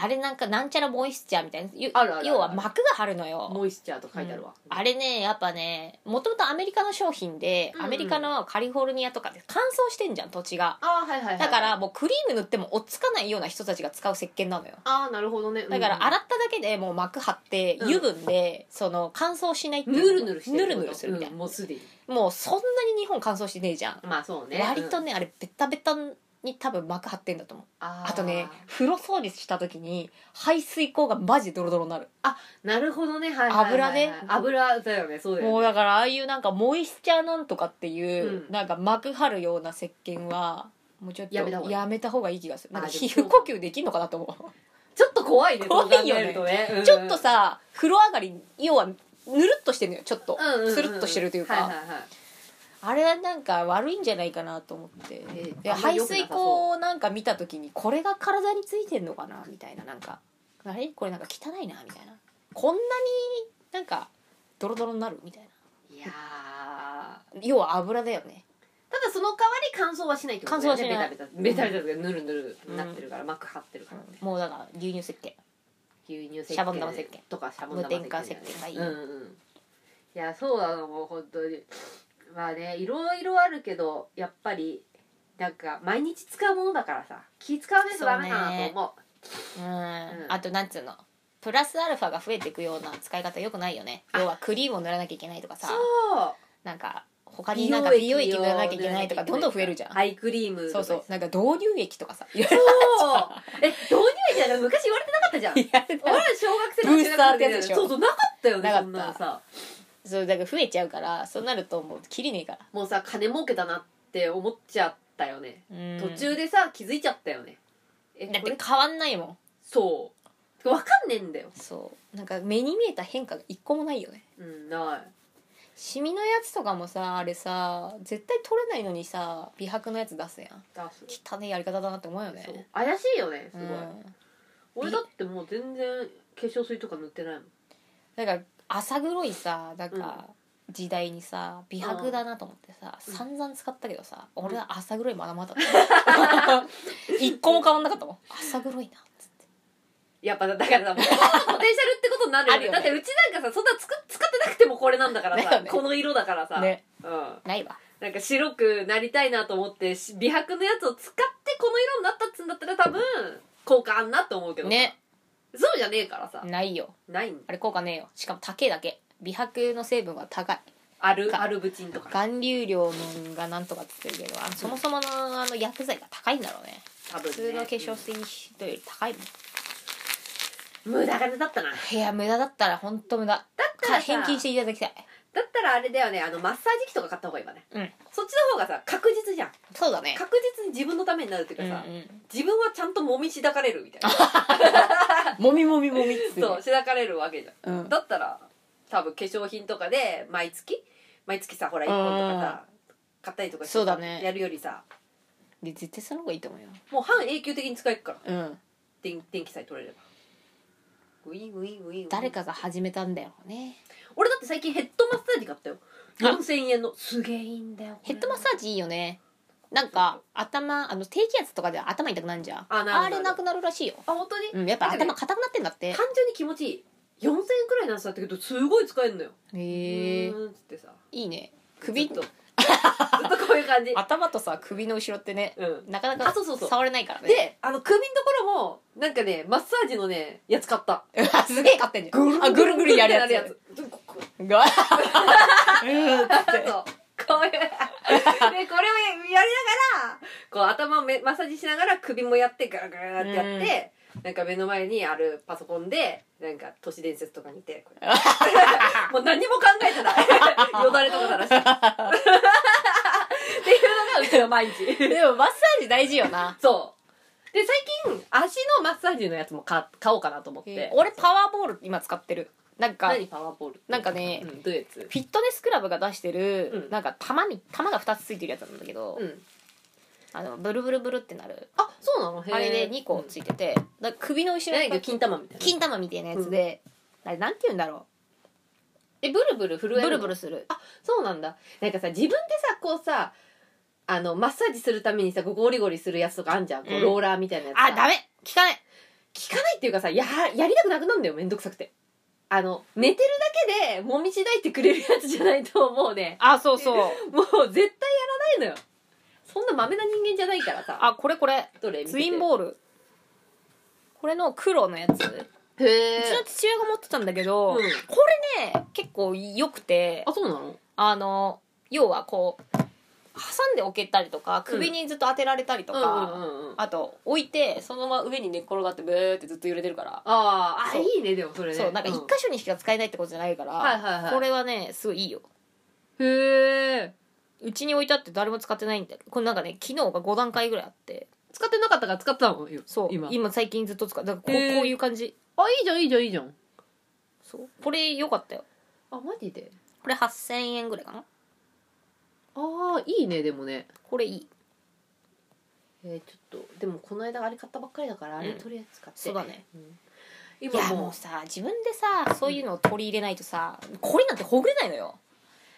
Speaker 3: あれなんかなんちゃらモイスチャーみたいなゆ
Speaker 2: あるある
Speaker 3: 要は膜が張るのよ
Speaker 2: モイスチャーと書いてあるわ、
Speaker 3: あれねやっぱねもともとアメリカの商品で、
Speaker 2: うんうん
Speaker 3: アメリカのカリフォルニアとかで乾燥してんじゃん土地が
Speaker 2: あーはいはいはい
Speaker 3: だからもうクリーム塗っても落っつかないような人たちが使う石鹸なのよ
Speaker 2: ああなるほどね
Speaker 3: だから洗っただけでもう膜張って
Speaker 2: うん
Speaker 3: 油分でその乾燥しないってい
Speaker 2: ぬ
Speaker 3: う
Speaker 2: るぬるして
Speaker 3: ぬ
Speaker 2: って
Speaker 3: る
Speaker 2: こと
Speaker 3: ぬるするみたい
Speaker 2: うん
Speaker 3: な、
Speaker 2: もうすでに
Speaker 3: もうそんなに日本乾燥してねえじゃん、
Speaker 2: まあそうね
Speaker 3: 割と
Speaker 2: うん
Speaker 3: ねあれベタベタに多分膜張ってんだと思う
Speaker 2: あー
Speaker 3: あとね風呂掃除した時に排水口がマジドロドロになる
Speaker 2: なるほどねはいはいはいはい
Speaker 3: 油ね
Speaker 2: 油だよねそうだよ
Speaker 3: もう
Speaker 2: ね
Speaker 3: だからああいうなんかモイスチャーなんとかっていう、
Speaker 2: うん
Speaker 3: なんか膜張るような石鹸はもうちょっと
Speaker 2: やめた方がいい
Speaker 3: やめた方がいい気がするなんか
Speaker 2: あでも
Speaker 3: 皮膚呼吸できんのかなと思う
Speaker 2: ちょっと怖いね
Speaker 3: 怖いよね
Speaker 2: そう考えるとねうん
Speaker 3: ちょっとさ風呂上がり要はぬるっとしてるのよちょっと
Speaker 2: うんうんうん
Speaker 3: つるっとしてるというか、
Speaker 2: はいはいはい
Speaker 3: あれはなんか悪いんじゃないかなと思って、
Speaker 2: え
Speaker 3: で
Speaker 2: あんま
Speaker 3: 排
Speaker 2: り良くなさ
Speaker 3: 水
Speaker 2: そう
Speaker 3: 口をなんか見た時にこれが体についてんのかなみたいななんかあれこれなんか汚いなみたいなこんなになんかドロドロになるみたいない
Speaker 2: やー
Speaker 3: 要は油だよね
Speaker 2: ただその代わり乾燥はしないってことだよね
Speaker 3: 乾燥はしない
Speaker 2: ベタベタベタベタとかぬるぬるなってるから、膜張ってるからね、
Speaker 3: もうだから牛乳石鹸
Speaker 2: 牛乳石
Speaker 3: シ
Speaker 2: 鹸
Speaker 3: ャボン玉石鹸
Speaker 2: とかシャボン玉
Speaker 3: 無添加石鹸がいい
Speaker 2: うんうんいやそうなのもう本当にまあねいろいろあるけどやっぱりなんか毎日使うものだからさ気使わないとダメだなと思う
Speaker 3: うん
Speaker 2: ん
Speaker 3: あとなんつうのプラスアルファが増えていくような使い方よくないよね要はクリームを塗らなきゃいけないとかさ
Speaker 2: そう,、
Speaker 3: なんか他になんか美容液塗らなきゃいけないとかどんどん増えるじゃん
Speaker 2: アイクリームと
Speaker 3: そ
Speaker 2: か
Speaker 3: うそうなんか導入液とかさ いろい
Speaker 2: そ
Speaker 3: ろ
Speaker 2: うえ導入液なんか昔言われてなかった じゃん
Speaker 3: やれ
Speaker 2: 俺ら小学生の
Speaker 3: ブースターってやつでしょ
Speaker 2: そうそうなかったよね
Speaker 3: なかった
Speaker 2: そんなのさ
Speaker 3: そうだから増えちゃうからそうなるともう切りねえから
Speaker 2: もうさ金儲けたなって思っちゃったよね、途中
Speaker 3: で
Speaker 2: でさ気づいちゃったよねえ
Speaker 3: だっ
Speaker 2: これ
Speaker 3: て変わんないもん
Speaker 2: そうわかんねえんだよ
Speaker 3: そうなんか目に見えた変化が一個もないよね
Speaker 2: うんない
Speaker 3: シミのやつとかもさあれさ絶対取れないのにさ美白のやつ出すやん
Speaker 2: 出す
Speaker 3: 汚いやり方だなって思うよね
Speaker 2: そう怪しいよねすごい、
Speaker 3: うん
Speaker 2: 俺だってもう全然化粧水とか塗ってないもん
Speaker 3: だから浅黒いさなんか時代にさ美白だなと思ってさ、
Speaker 2: うん
Speaker 3: 散々使ったけどさ、
Speaker 2: ん
Speaker 3: 俺は浅黒いまだまだ だった一個も変わんなかったもん浅黒いなっつって
Speaker 2: やっぱだからさもう ポテンシャルってことになるよね
Speaker 3: あるよね
Speaker 2: だってうちなんかさそんなつく使ってなくてもこれなんだから
Speaker 3: だ
Speaker 2: さ、
Speaker 3: よね
Speaker 2: この色だからさ、
Speaker 3: ね
Speaker 2: うん、
Speaker 3: ないわ
Speaker 2: なんか白くなりたいなと思ってし美白のやつを使ってこの色になったっつうんだったら多分効果あんなと思うけどさ
Speaker 3: ね
Speaker 2: そうじゃねえからさ
Speaker 3: ないよ
Speaker 2: ないんだ
Speaker 3: あれ効果ねえよしかも高えだけ美白の成分は高い
Speaker 2: アル
Speaker 3: か
Speaker 2: アルブチンとか
Speaker 3: 含有量のがなんとかっつってるけどあのそもそものあの薬剤が高いんだろうね
Speaker 2: 多分、
Speaker 3: 普
Speaker 2: ね、
Speaker 3: 通の化粧水とより高いもん
Speaker 2: 無駄金だったない
Speaker 3: や無駄だったら本当無駄
Speaker 2: だった
Speaker 3: から
Speaker 2: さ
Speaker 3: 返金していただきたい
Speaker 2: だったらあれだよねあのマッサージ機とか買った方がいいわね
Speaker 3: うん
Speaker 2: そっちの方がさ確実じゃん
Speaker 3: そうだね
Speaker 2: 確実に自分のためになるっていううんか
Speaker 3: う
Speaker 2: さ、
Speaker 3: ん
Speaker 2: 自分はちゃんともみしだかれるみたいな
Speaker 3: もみもみもみっつってね
Speaker 2: そうしだかれるわけじゃ
Speaker 3: うん
Speaker 2: んだったら多分化粧品とかで毎月毎月さほら1本とかさ買ったりとかしてさ
Speaker 3: そうだね
Speaker 2: やるよりさ
Speaker 3: で絶対その方がいいと思うよ
Speaker 2: もう半永久的に使えるから
Speaker 3: うん
Speaker 2: 電電気さえ取れればウィンウィンウィン
Speaker 3: 誰かが始めたんだよね
Speaker 2: 俺だって最近ヘッドマッサージ買ったよ4000円のすげえいいんだよ
Speaker 3: ヘッドマッサージいいよね
Speaker 2: れ
Speaker 3: なんか頭あの低気圧とかで頭痛くなるじゃん
Speaker 2: あなるほど
Speaker 3: れなくなるらしいよ
Speaker 2: あ本当に、
Speaker 3: うんやっぱ
Speaker 2: なんかね
Speaker 3: 頭硬くなってんだって
Speaker 2: 単純に気持ちいい4000円くらいのやつだったけどすごい使えるのよ
Speaker 3: へえ
Speaker 2: うーんっつってさ
Speaker 3: いいね首
Speaker 2: ずっとずっとこういう感じ
Speaker 3: 頭とさ首の後ろってね
Speaker 2: うん
Speaker 3: なかな
Speaker 2: あ
Speaker 3: か
Speaker 2: そうそうそう
Speaker 3: 触れないからね
Speaker 2: であの首のところもなんかねマッサージのねやつ買った
Speaker 3: すげえ買ってんじゃんあぐるぐるやるやつ
Speaker 2: つここ
Speaker 3: うわうんっつっ
Speaker 2: そう
Speaker 3: て
Speaker 2: こういうでこれをやりながらこう頭をめマッサージしながら首もやってガラガラってやって、なんか目の前にあるパソコンでなんか都市伝説とか見てこう やってもう何も考え てないよだれとかだらしてっていうのがうちの毎 日
Speaker 3: でもマッサージ大事よな
Speaker 2: そうで最近足のマッサージのやつも買買おうかなと思って
Speaker 3: 俺パワーボール今使ってるなんか
Speaker 2: 何パワーボール
Speaker 3: なんかね
Speaker 2: うん、どういうやつ
Speaker 3: フィットネスクラブが出してる、
Speaker 2: うん
Speaker 3: なんか玉に玉が2つついてるやつなんだけど、
Speaker 2: うん
Speaker 3: あのブルブルブルってなる
Speaker 2: あそうなのへー
Speaker 3: あれで2個ついてて、だから首の後ろ
Speaker 2: 何
Speaker 3: に
Speaker 2: だっけ金玉みたいな
Speaker 3: 金玉みたいなやつで、あれなんて言うんだろ
Speaker 2: えブルブル震
Speaker 3: う
Speaker 2: える
Speaker 3: ブルブ
Speaker 2: ル
Speaker 3: ルする
Speaker 2: そうなんだなんかさ自分でさこうさあのマッサージするためにさこうゴリゴリするやつとかあんじゃん、こう
Speaker 3: うん
Speaker 2: ローラーみたいなやつさ
Speaker 3: あダメ効かない
Speaker 2: 効かないっていうかさややりたくなくなるんだよめんどくさくてあの寝てるだけでもみしだいてくれるやつじゃないともうね
Speaker 3: あそう そう
Speaker 2: もう絶対やらないのよそんなマメな人間じゃないからさ
Speaker 3: あこれこれ
Speaker 2: どれ
Speaker 3: ツイン
Speaker 2: ー
Speaker 3: ボールこれの黒のやつ
Speaker 2: ルへ
Speaker 3: う
Speaker 2: え
Speaker 3: ちの父親が持ってたんだけど、
Speaker 2: うん
Speaker 3: これね結構良くて
Speaker 2: あそうなの
Speaker 3: あの要はこう挟んでおけたりとか首にずっと当てられたりとか、
Speaker 2: うんうんうんうん、あ
Speaker 3: あと置いてそのまま上に寝っ転がってブーってずっと揺れてるから、
Speaker 2: あーあ
Speaker 3: そう
Speaker 2: いいねでもそれね
Speaker 3: そうなんか一箇所にしか使えないってことじゃないから、
Speaker 2: はいはいはい
Speaker 3: これはねすごいいいよ
Speaker 2: へえ
Speaker 3: うちに置いてあって誰も使ってないんだけどこれなんかね機能が5段階ぐらいあって
Speaker 2: 使ってなかったから使ったのよ
Speaker 3: そう今
Speaker 2: 今
Speaker 3: 最近ずっと使うだからこう,、
Speaker 2: へー
Speaker 3: こういう感じ
Speaker 2: あいいじゃんいいじゃんいいじゃん
Speaker 3: そうこれ良かったよ
Speaker 2: あマジで
Speaker 3: これ8000円ぐらいかな
Speaker 2: ああいいねでもね
Speaker 3: これいい
Speaker 2: えー、ちょっとでもこの間あれ買ったばっかりだからあれ
Speaker 3: うん
Speaker 2: とりあえず使って、
Speaker 3: そうだねい
Speaker 2: 今
Speaker 3: や
Speaker 2: も
Speaker 3: も
Speaker 2: う
Speaker 3: うさ自分でさそういうのを取り入れないとさこれなんてほぐれないのよ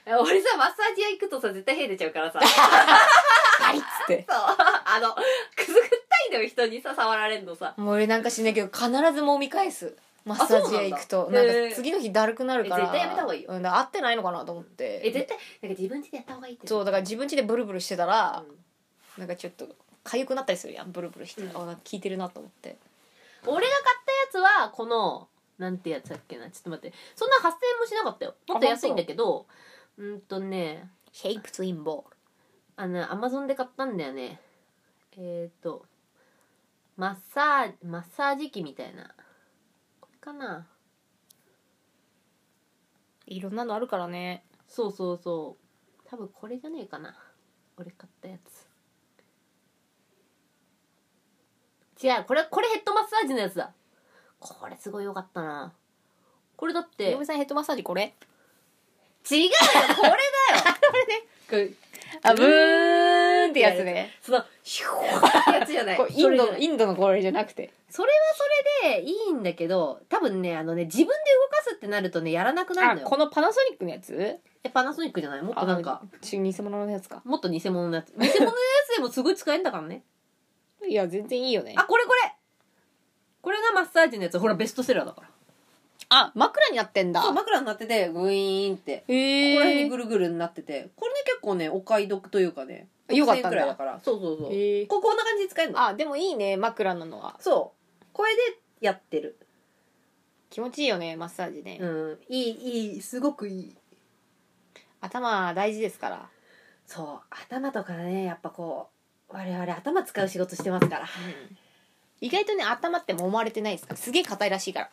Speaker 2: え俺さマッサージ屋行くとさ絶対屁出ちゃうからさ
Speaker 3: バリッつって
Speaker 2: そう あのくすぐったいのよ人にさ触られんのさ
Speaker 3: もう俺なんかしないけど必ず揉み返すマッサージ屋行くと
Speaker 2: そうな
Speaker 3: なんん
Speaker 2: だへえ
Speaker 3: か次の日だるくなるから
Speaker 2: え絶対やめた方がいいよ
Speaker 3: うんだから合ってないのかなと思って
Speaker 2: え絶対なんか自分ちでやった方がいいって
Speaker 3: そうだから自分家でブルブルしてたら、
Speaker 2: うん
Speaker 3: なんかちょっと痒くなったりするやんブルブルして、
Speaker 2: うん
Speaker 3: あなんか効いてるなと思って
Speaker 2: 俺が買ったやつはこのなんてやつだっけなちょっと待ってそんな発生もしなかったよもっと安いんだけどうんとね
Speaker 3: シェイプツインボール
Speaker 2: あのアマゾンで買ったんだよねえっ、ー、とマッサージマッサージ機みたいなこれかない
Speaker 3: ろんなのあるからね
Speaker 2: そうそうそう多分これじゃねえかな俺買ったやつ違うこれこれヘッドマッサージのやつだこれすごい良かったなこれだって違う
Speaker 3: 嫁
Speaker 2: よ
Speaker 3: さんヘッドマッサージこれ
Speaker 2: これだよこれね
Speaker 3: あブーンってやつね
Speaker 2: そのシューってやつじゃない
Speaker 3: これインド
Speaker 2: それじゃ
Speaker 3: の
Speaker 2: ない
Speaker 3: インドのこれじゃなくて
Speaker 2: それはそれでいいんだけど多分ねあのね自分で動かすってなるとねやらなくなる
Speaker 3: あ
Speaker 2: のよ
Speaker 3: このパナソニックのやつ
Speaker 2: えパナソニックじゃないもっとなんか
Speaker 3: ち偽物のやつか
Speaker 2: もっと偽物の やつ偽物のやつでもすごい使えんだからね
Speaker 3: いや全然いいよね
Speaker 2: あこれこれこれがマッサージのやつほらベストセラーだから
Speaker 3: あ枕になってんだ
Speaker 2: そう枕になっててグイーンってここら辺
Speaker 3: へ
Speaker 2: に
Speaker 3: え
Speaker 2: ぐるぐるになっててこれね結構ねお買い得というかね
Speaker 3: よかったんだ
Speaker 2: 6000円くらいだからそうそうそう
Speaker 3: へえ
Speaker 2: ここんな感じで使えるの
Speaker 3: あでもいいね枕なのは
Speaker 2: そうこれでやってる
Speaker 3: 気持ちいいよねマッサージね、
Speaker 2: うんいいいいすごくいい
Speaker 3: 頭大事ですから
Speaker 2: そう頭とかねやっぱこう我々頭使う仕事してますから
Speaker 3: 意外とね頭って揉まれてないですからすげえ硬いらしいから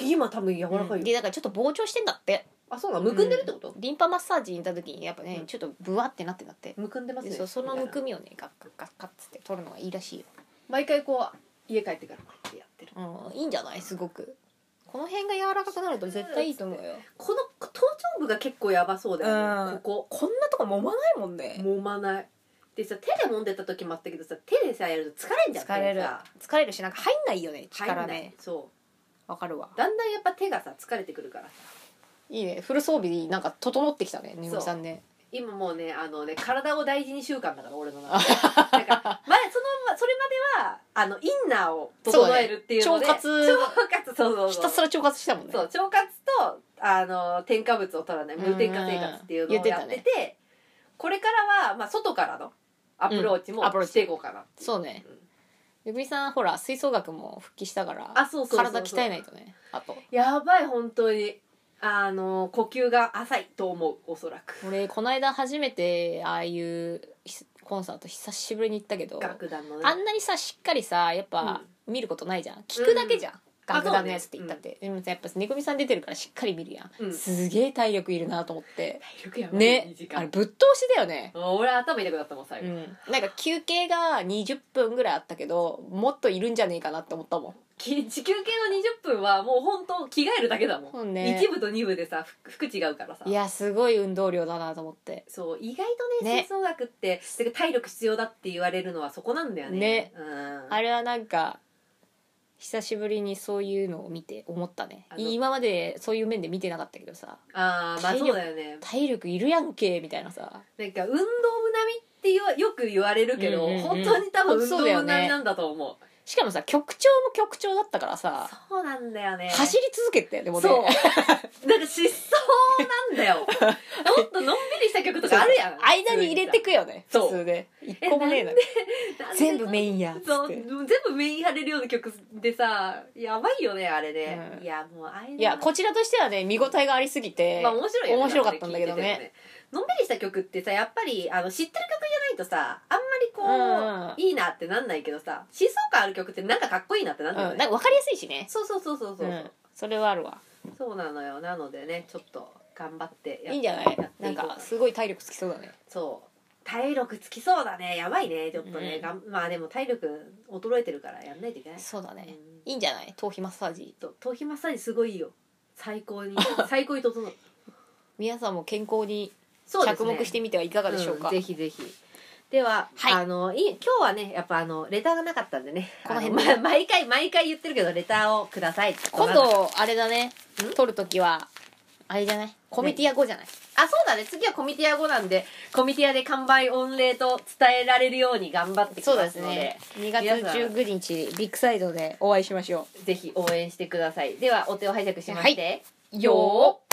Speaker 2: 今多分柔らかいよ、
Speaker 3: でだからちょっと膨張してんだって
Speaker 2: あそうなのむくんでるってこと、
Speaker 3: リンパマッサージに行った時にやっぱね、
Speaker 2: うん
Speaker 3: ちょっとブワってなってんだって
Speaker 2: むくんでます
Speaker 3: で
Speaker 2: ね
Speaker 3: そうその
Speaker 2: みたい
Speaker 3: む
Speaker 2: な
Speaker 3: くみをねガッガッガッガッつって取るのがいいらしいよ、
Speaker 2: 毎回こう家帰ってからこうやってやってる
Speaker 3: うん、いいんじゃないすごくこの辺が柔らかくなると絶対いいと思うよ
Speaker 2: この頭頂部部が結構やばそうだよね、
Speaker 4: うん
Speaker 2: こ
Speaker 4: こんなとこ揉まないもん
Speaker 2: こ
Speaker 4: ね
Speaker 2: 揉まないでさ手で揉んでた時もあったけどさ手でさやると疲れんじゃん
Speaker 4: 疲れる
Speaker 2: 手がさ
Speaker 4: 疲れるしなんか入んないよね
Speaker 2: 入
Speaker 4: 力
Speaker 2: んない
Speaker 4: ね
Speaker 2: そ
Speaker 4: わかるわ
Speaker 2: うだんだんやっぱ手がさ疲れてくるからさ
Speaker 3: いいねフル装備なんか整ってきたねねぐみさんね
Speaker 2: 今もうねあのね体を大事に習慣だから俺の 中でなんか前そのまそれまではあのインナーを整えるっていうので
Speaker 3: そうね腸活
Speaker 2: 腸活そうそうそう
Speaker 3: ひたすら腸活したもんね
Speaker 2: そう腸活とあの添加物を取らない無添加生活っていうの
Speaker 3: うん言っ
Speaker 2: を
Speaker 3: てた
Speaker 2: や
Speaker 3: ね
Speaker 2: っててこれからは、まあ、外からのアプローチも
Speaker 3: うんアプローチ
Speaker 2: していこうかな、
Speaker 3: そうね
Speaker 2: うん
Speaker 3: ねぐみさんほら吹奏楽も復帰したから
Speaker 2: あそうそうそうそう
Speaker 3: 体鍛えないとねあと
Speaker 2: やばい本当にあの呼吸が浅いと思うおそらく
Speaker 3: 俺この間初めてああいうコンサート久しぶりに行ったけど
Speaker 2: 楽団のね
Speaker 3: あんなにさしっかりさやっぱ見ることないじゃん聞くだけじゃん、楽団のやつって言ったって、でもさやっぱねこみさん出てるからしっかり見るやん、
Speaker 2: うん
Speaker 3: すげえ体力いるなと思って
Speaker 2: 体力やばい
Speaker 3: ね
Speaker 2: 2時
Speaker 3: あれ
Speaker 2: 間
Speaker 3: ぶっ通しだよね
Speaker 2: 俺頭痛くなったもん最
Speaker 3: う
Speaker 2: 後、
Speaker 3: ん、なんか休憩が20分ぐらいあったけどもっといるんじゃねえかなって思ったもん
Speaker 2: き 時給系の20分はもう本当着替えるだけだもん、
Speaker 3: そうね
Speaker 2: 1部と2部でさ服服違うからさ
Speaker 3: いやすごい運動量だなと思って
Speaker 2: そう意外とね
Speaker 3: ね
Speaker 2: 吹奏楽っててか体力必要だって言われるのはそこなんだよね
Speaker 3: ね
Speaker 2: うん、
Speaker 3: あれはなんか久しぶりにそういうのを見て思ったね
Speaker 2: あの
Speaker 3: 今までそういう面で見てなかったけどさ
Speaker 2: あーまあ
Speaker 3: 体
Speaker 2: そう
Speaker 3: 力
Speaker 2: だよね
Speaker 3: 体力いるやんけみたいなさ
Speaker 2: なんか運動部並みってよよく言われるけど、
Speaker 3: うんうんうん
Speaker 2: 本当に多分運動
Speaker 3: そう
Speaker 2: 部
Speaker 3: だよね
Speaker 2: 並みなんだと思う
Speaker 3: しかもさ曲調も曲調だったからさ
Speaker 2: そうなんだよね
Speaker 3: 走り続けてでもね
Speaker 2: そうなんか疾走なんだ よもっとのんびりした曲とかあるやん
Speaker 3: 間に入れてくよね
Speaker 2: そう
Speaker 3: 普通で一個もねえな
Speaker 2: なんで
Speaker 3: 全部メインやっつ
Speaker 2: そ
Speaker 3: っ
Speaker 2: う
Speaker 3: て
Speaker 2: 全部メイン張れるような曲でさやばいよねあれね、
Speaker 3: うん
Speaker 2: いやもうああいうの
Speaker 3: いやこちらとしてはね見応えがありすぎて、
Speaker 2: まあ面白いよね
Speaker 3: 面白かったんだけどね
Speaker 2: 聞いててものんびりした曲ってさやっぱりあの知ってる曲じゃないとさあん
Speaker 3: うん
Speaker 2: まりこう、いいなってなんないけどさ疾走感ある曲ってなんかかっこいいなってなんだよ
Speaker 3: うん、
Speaker 2: ね、
Speaker 3: なんか分かりやすいしね
Speaker 2: そうそうそうそうそう、
Speaker 3: うん、それはあるわ
Speaker 2: そうなのよなのでねちょっと頑張ってやっ
Speaker 3: いいんじゃない
Speaker 2: やって
Speaker 3: なん
Speaker 2: いこう
Speaker 3: かすごい体力つきそうだね
Speaker 2: そう体力つきそうだねやばいねちょっとね、
Speaker 3: うん
Speaker 2: がんまあでも体力衰えてるからやんないといけない、
Speaker 3: そうだ
Speaker 2: うん
Speaker 3: ねいいんじゃない頭皮マッサージ
Speaker 2: と頭皮マッサージすごいいいよ最 高に最高に整う
Speaker 3: 皆さんも健康に
Speaker 2: そうです
Speaker 3: 着
Speaker 2: ね
Speaker 3: 目してみてはいかがでしょうか、
Speaker 2: んぜひぜひでは、
Speaker 3: はい
Speaker 2: あのいい今日はねやっぱあのレターがなかったんでね
Speaker 3: この辺
Speaker 2: あ
Speaker 3: で
Speaker 2: ま毎回毎回言ってるけどレターをください
Speaker 3: 今度あれだね
Speaker 2: ん
Speaker 3: 撮るときはあれじゃないコミティア5じゃない
Speaker 2: あそうだね次はコミティア語なんでコミティアで完売御礼と伝えられるように頑張ってきますので
Speaker 3: 2月
Speaker 2: 皆さん
Speaker 3: 19日ビッグサイドでお会いしましょ
Speaker 2: ぜひ応援してくださいではお手を拝借しまして、
Speaker 3: うよー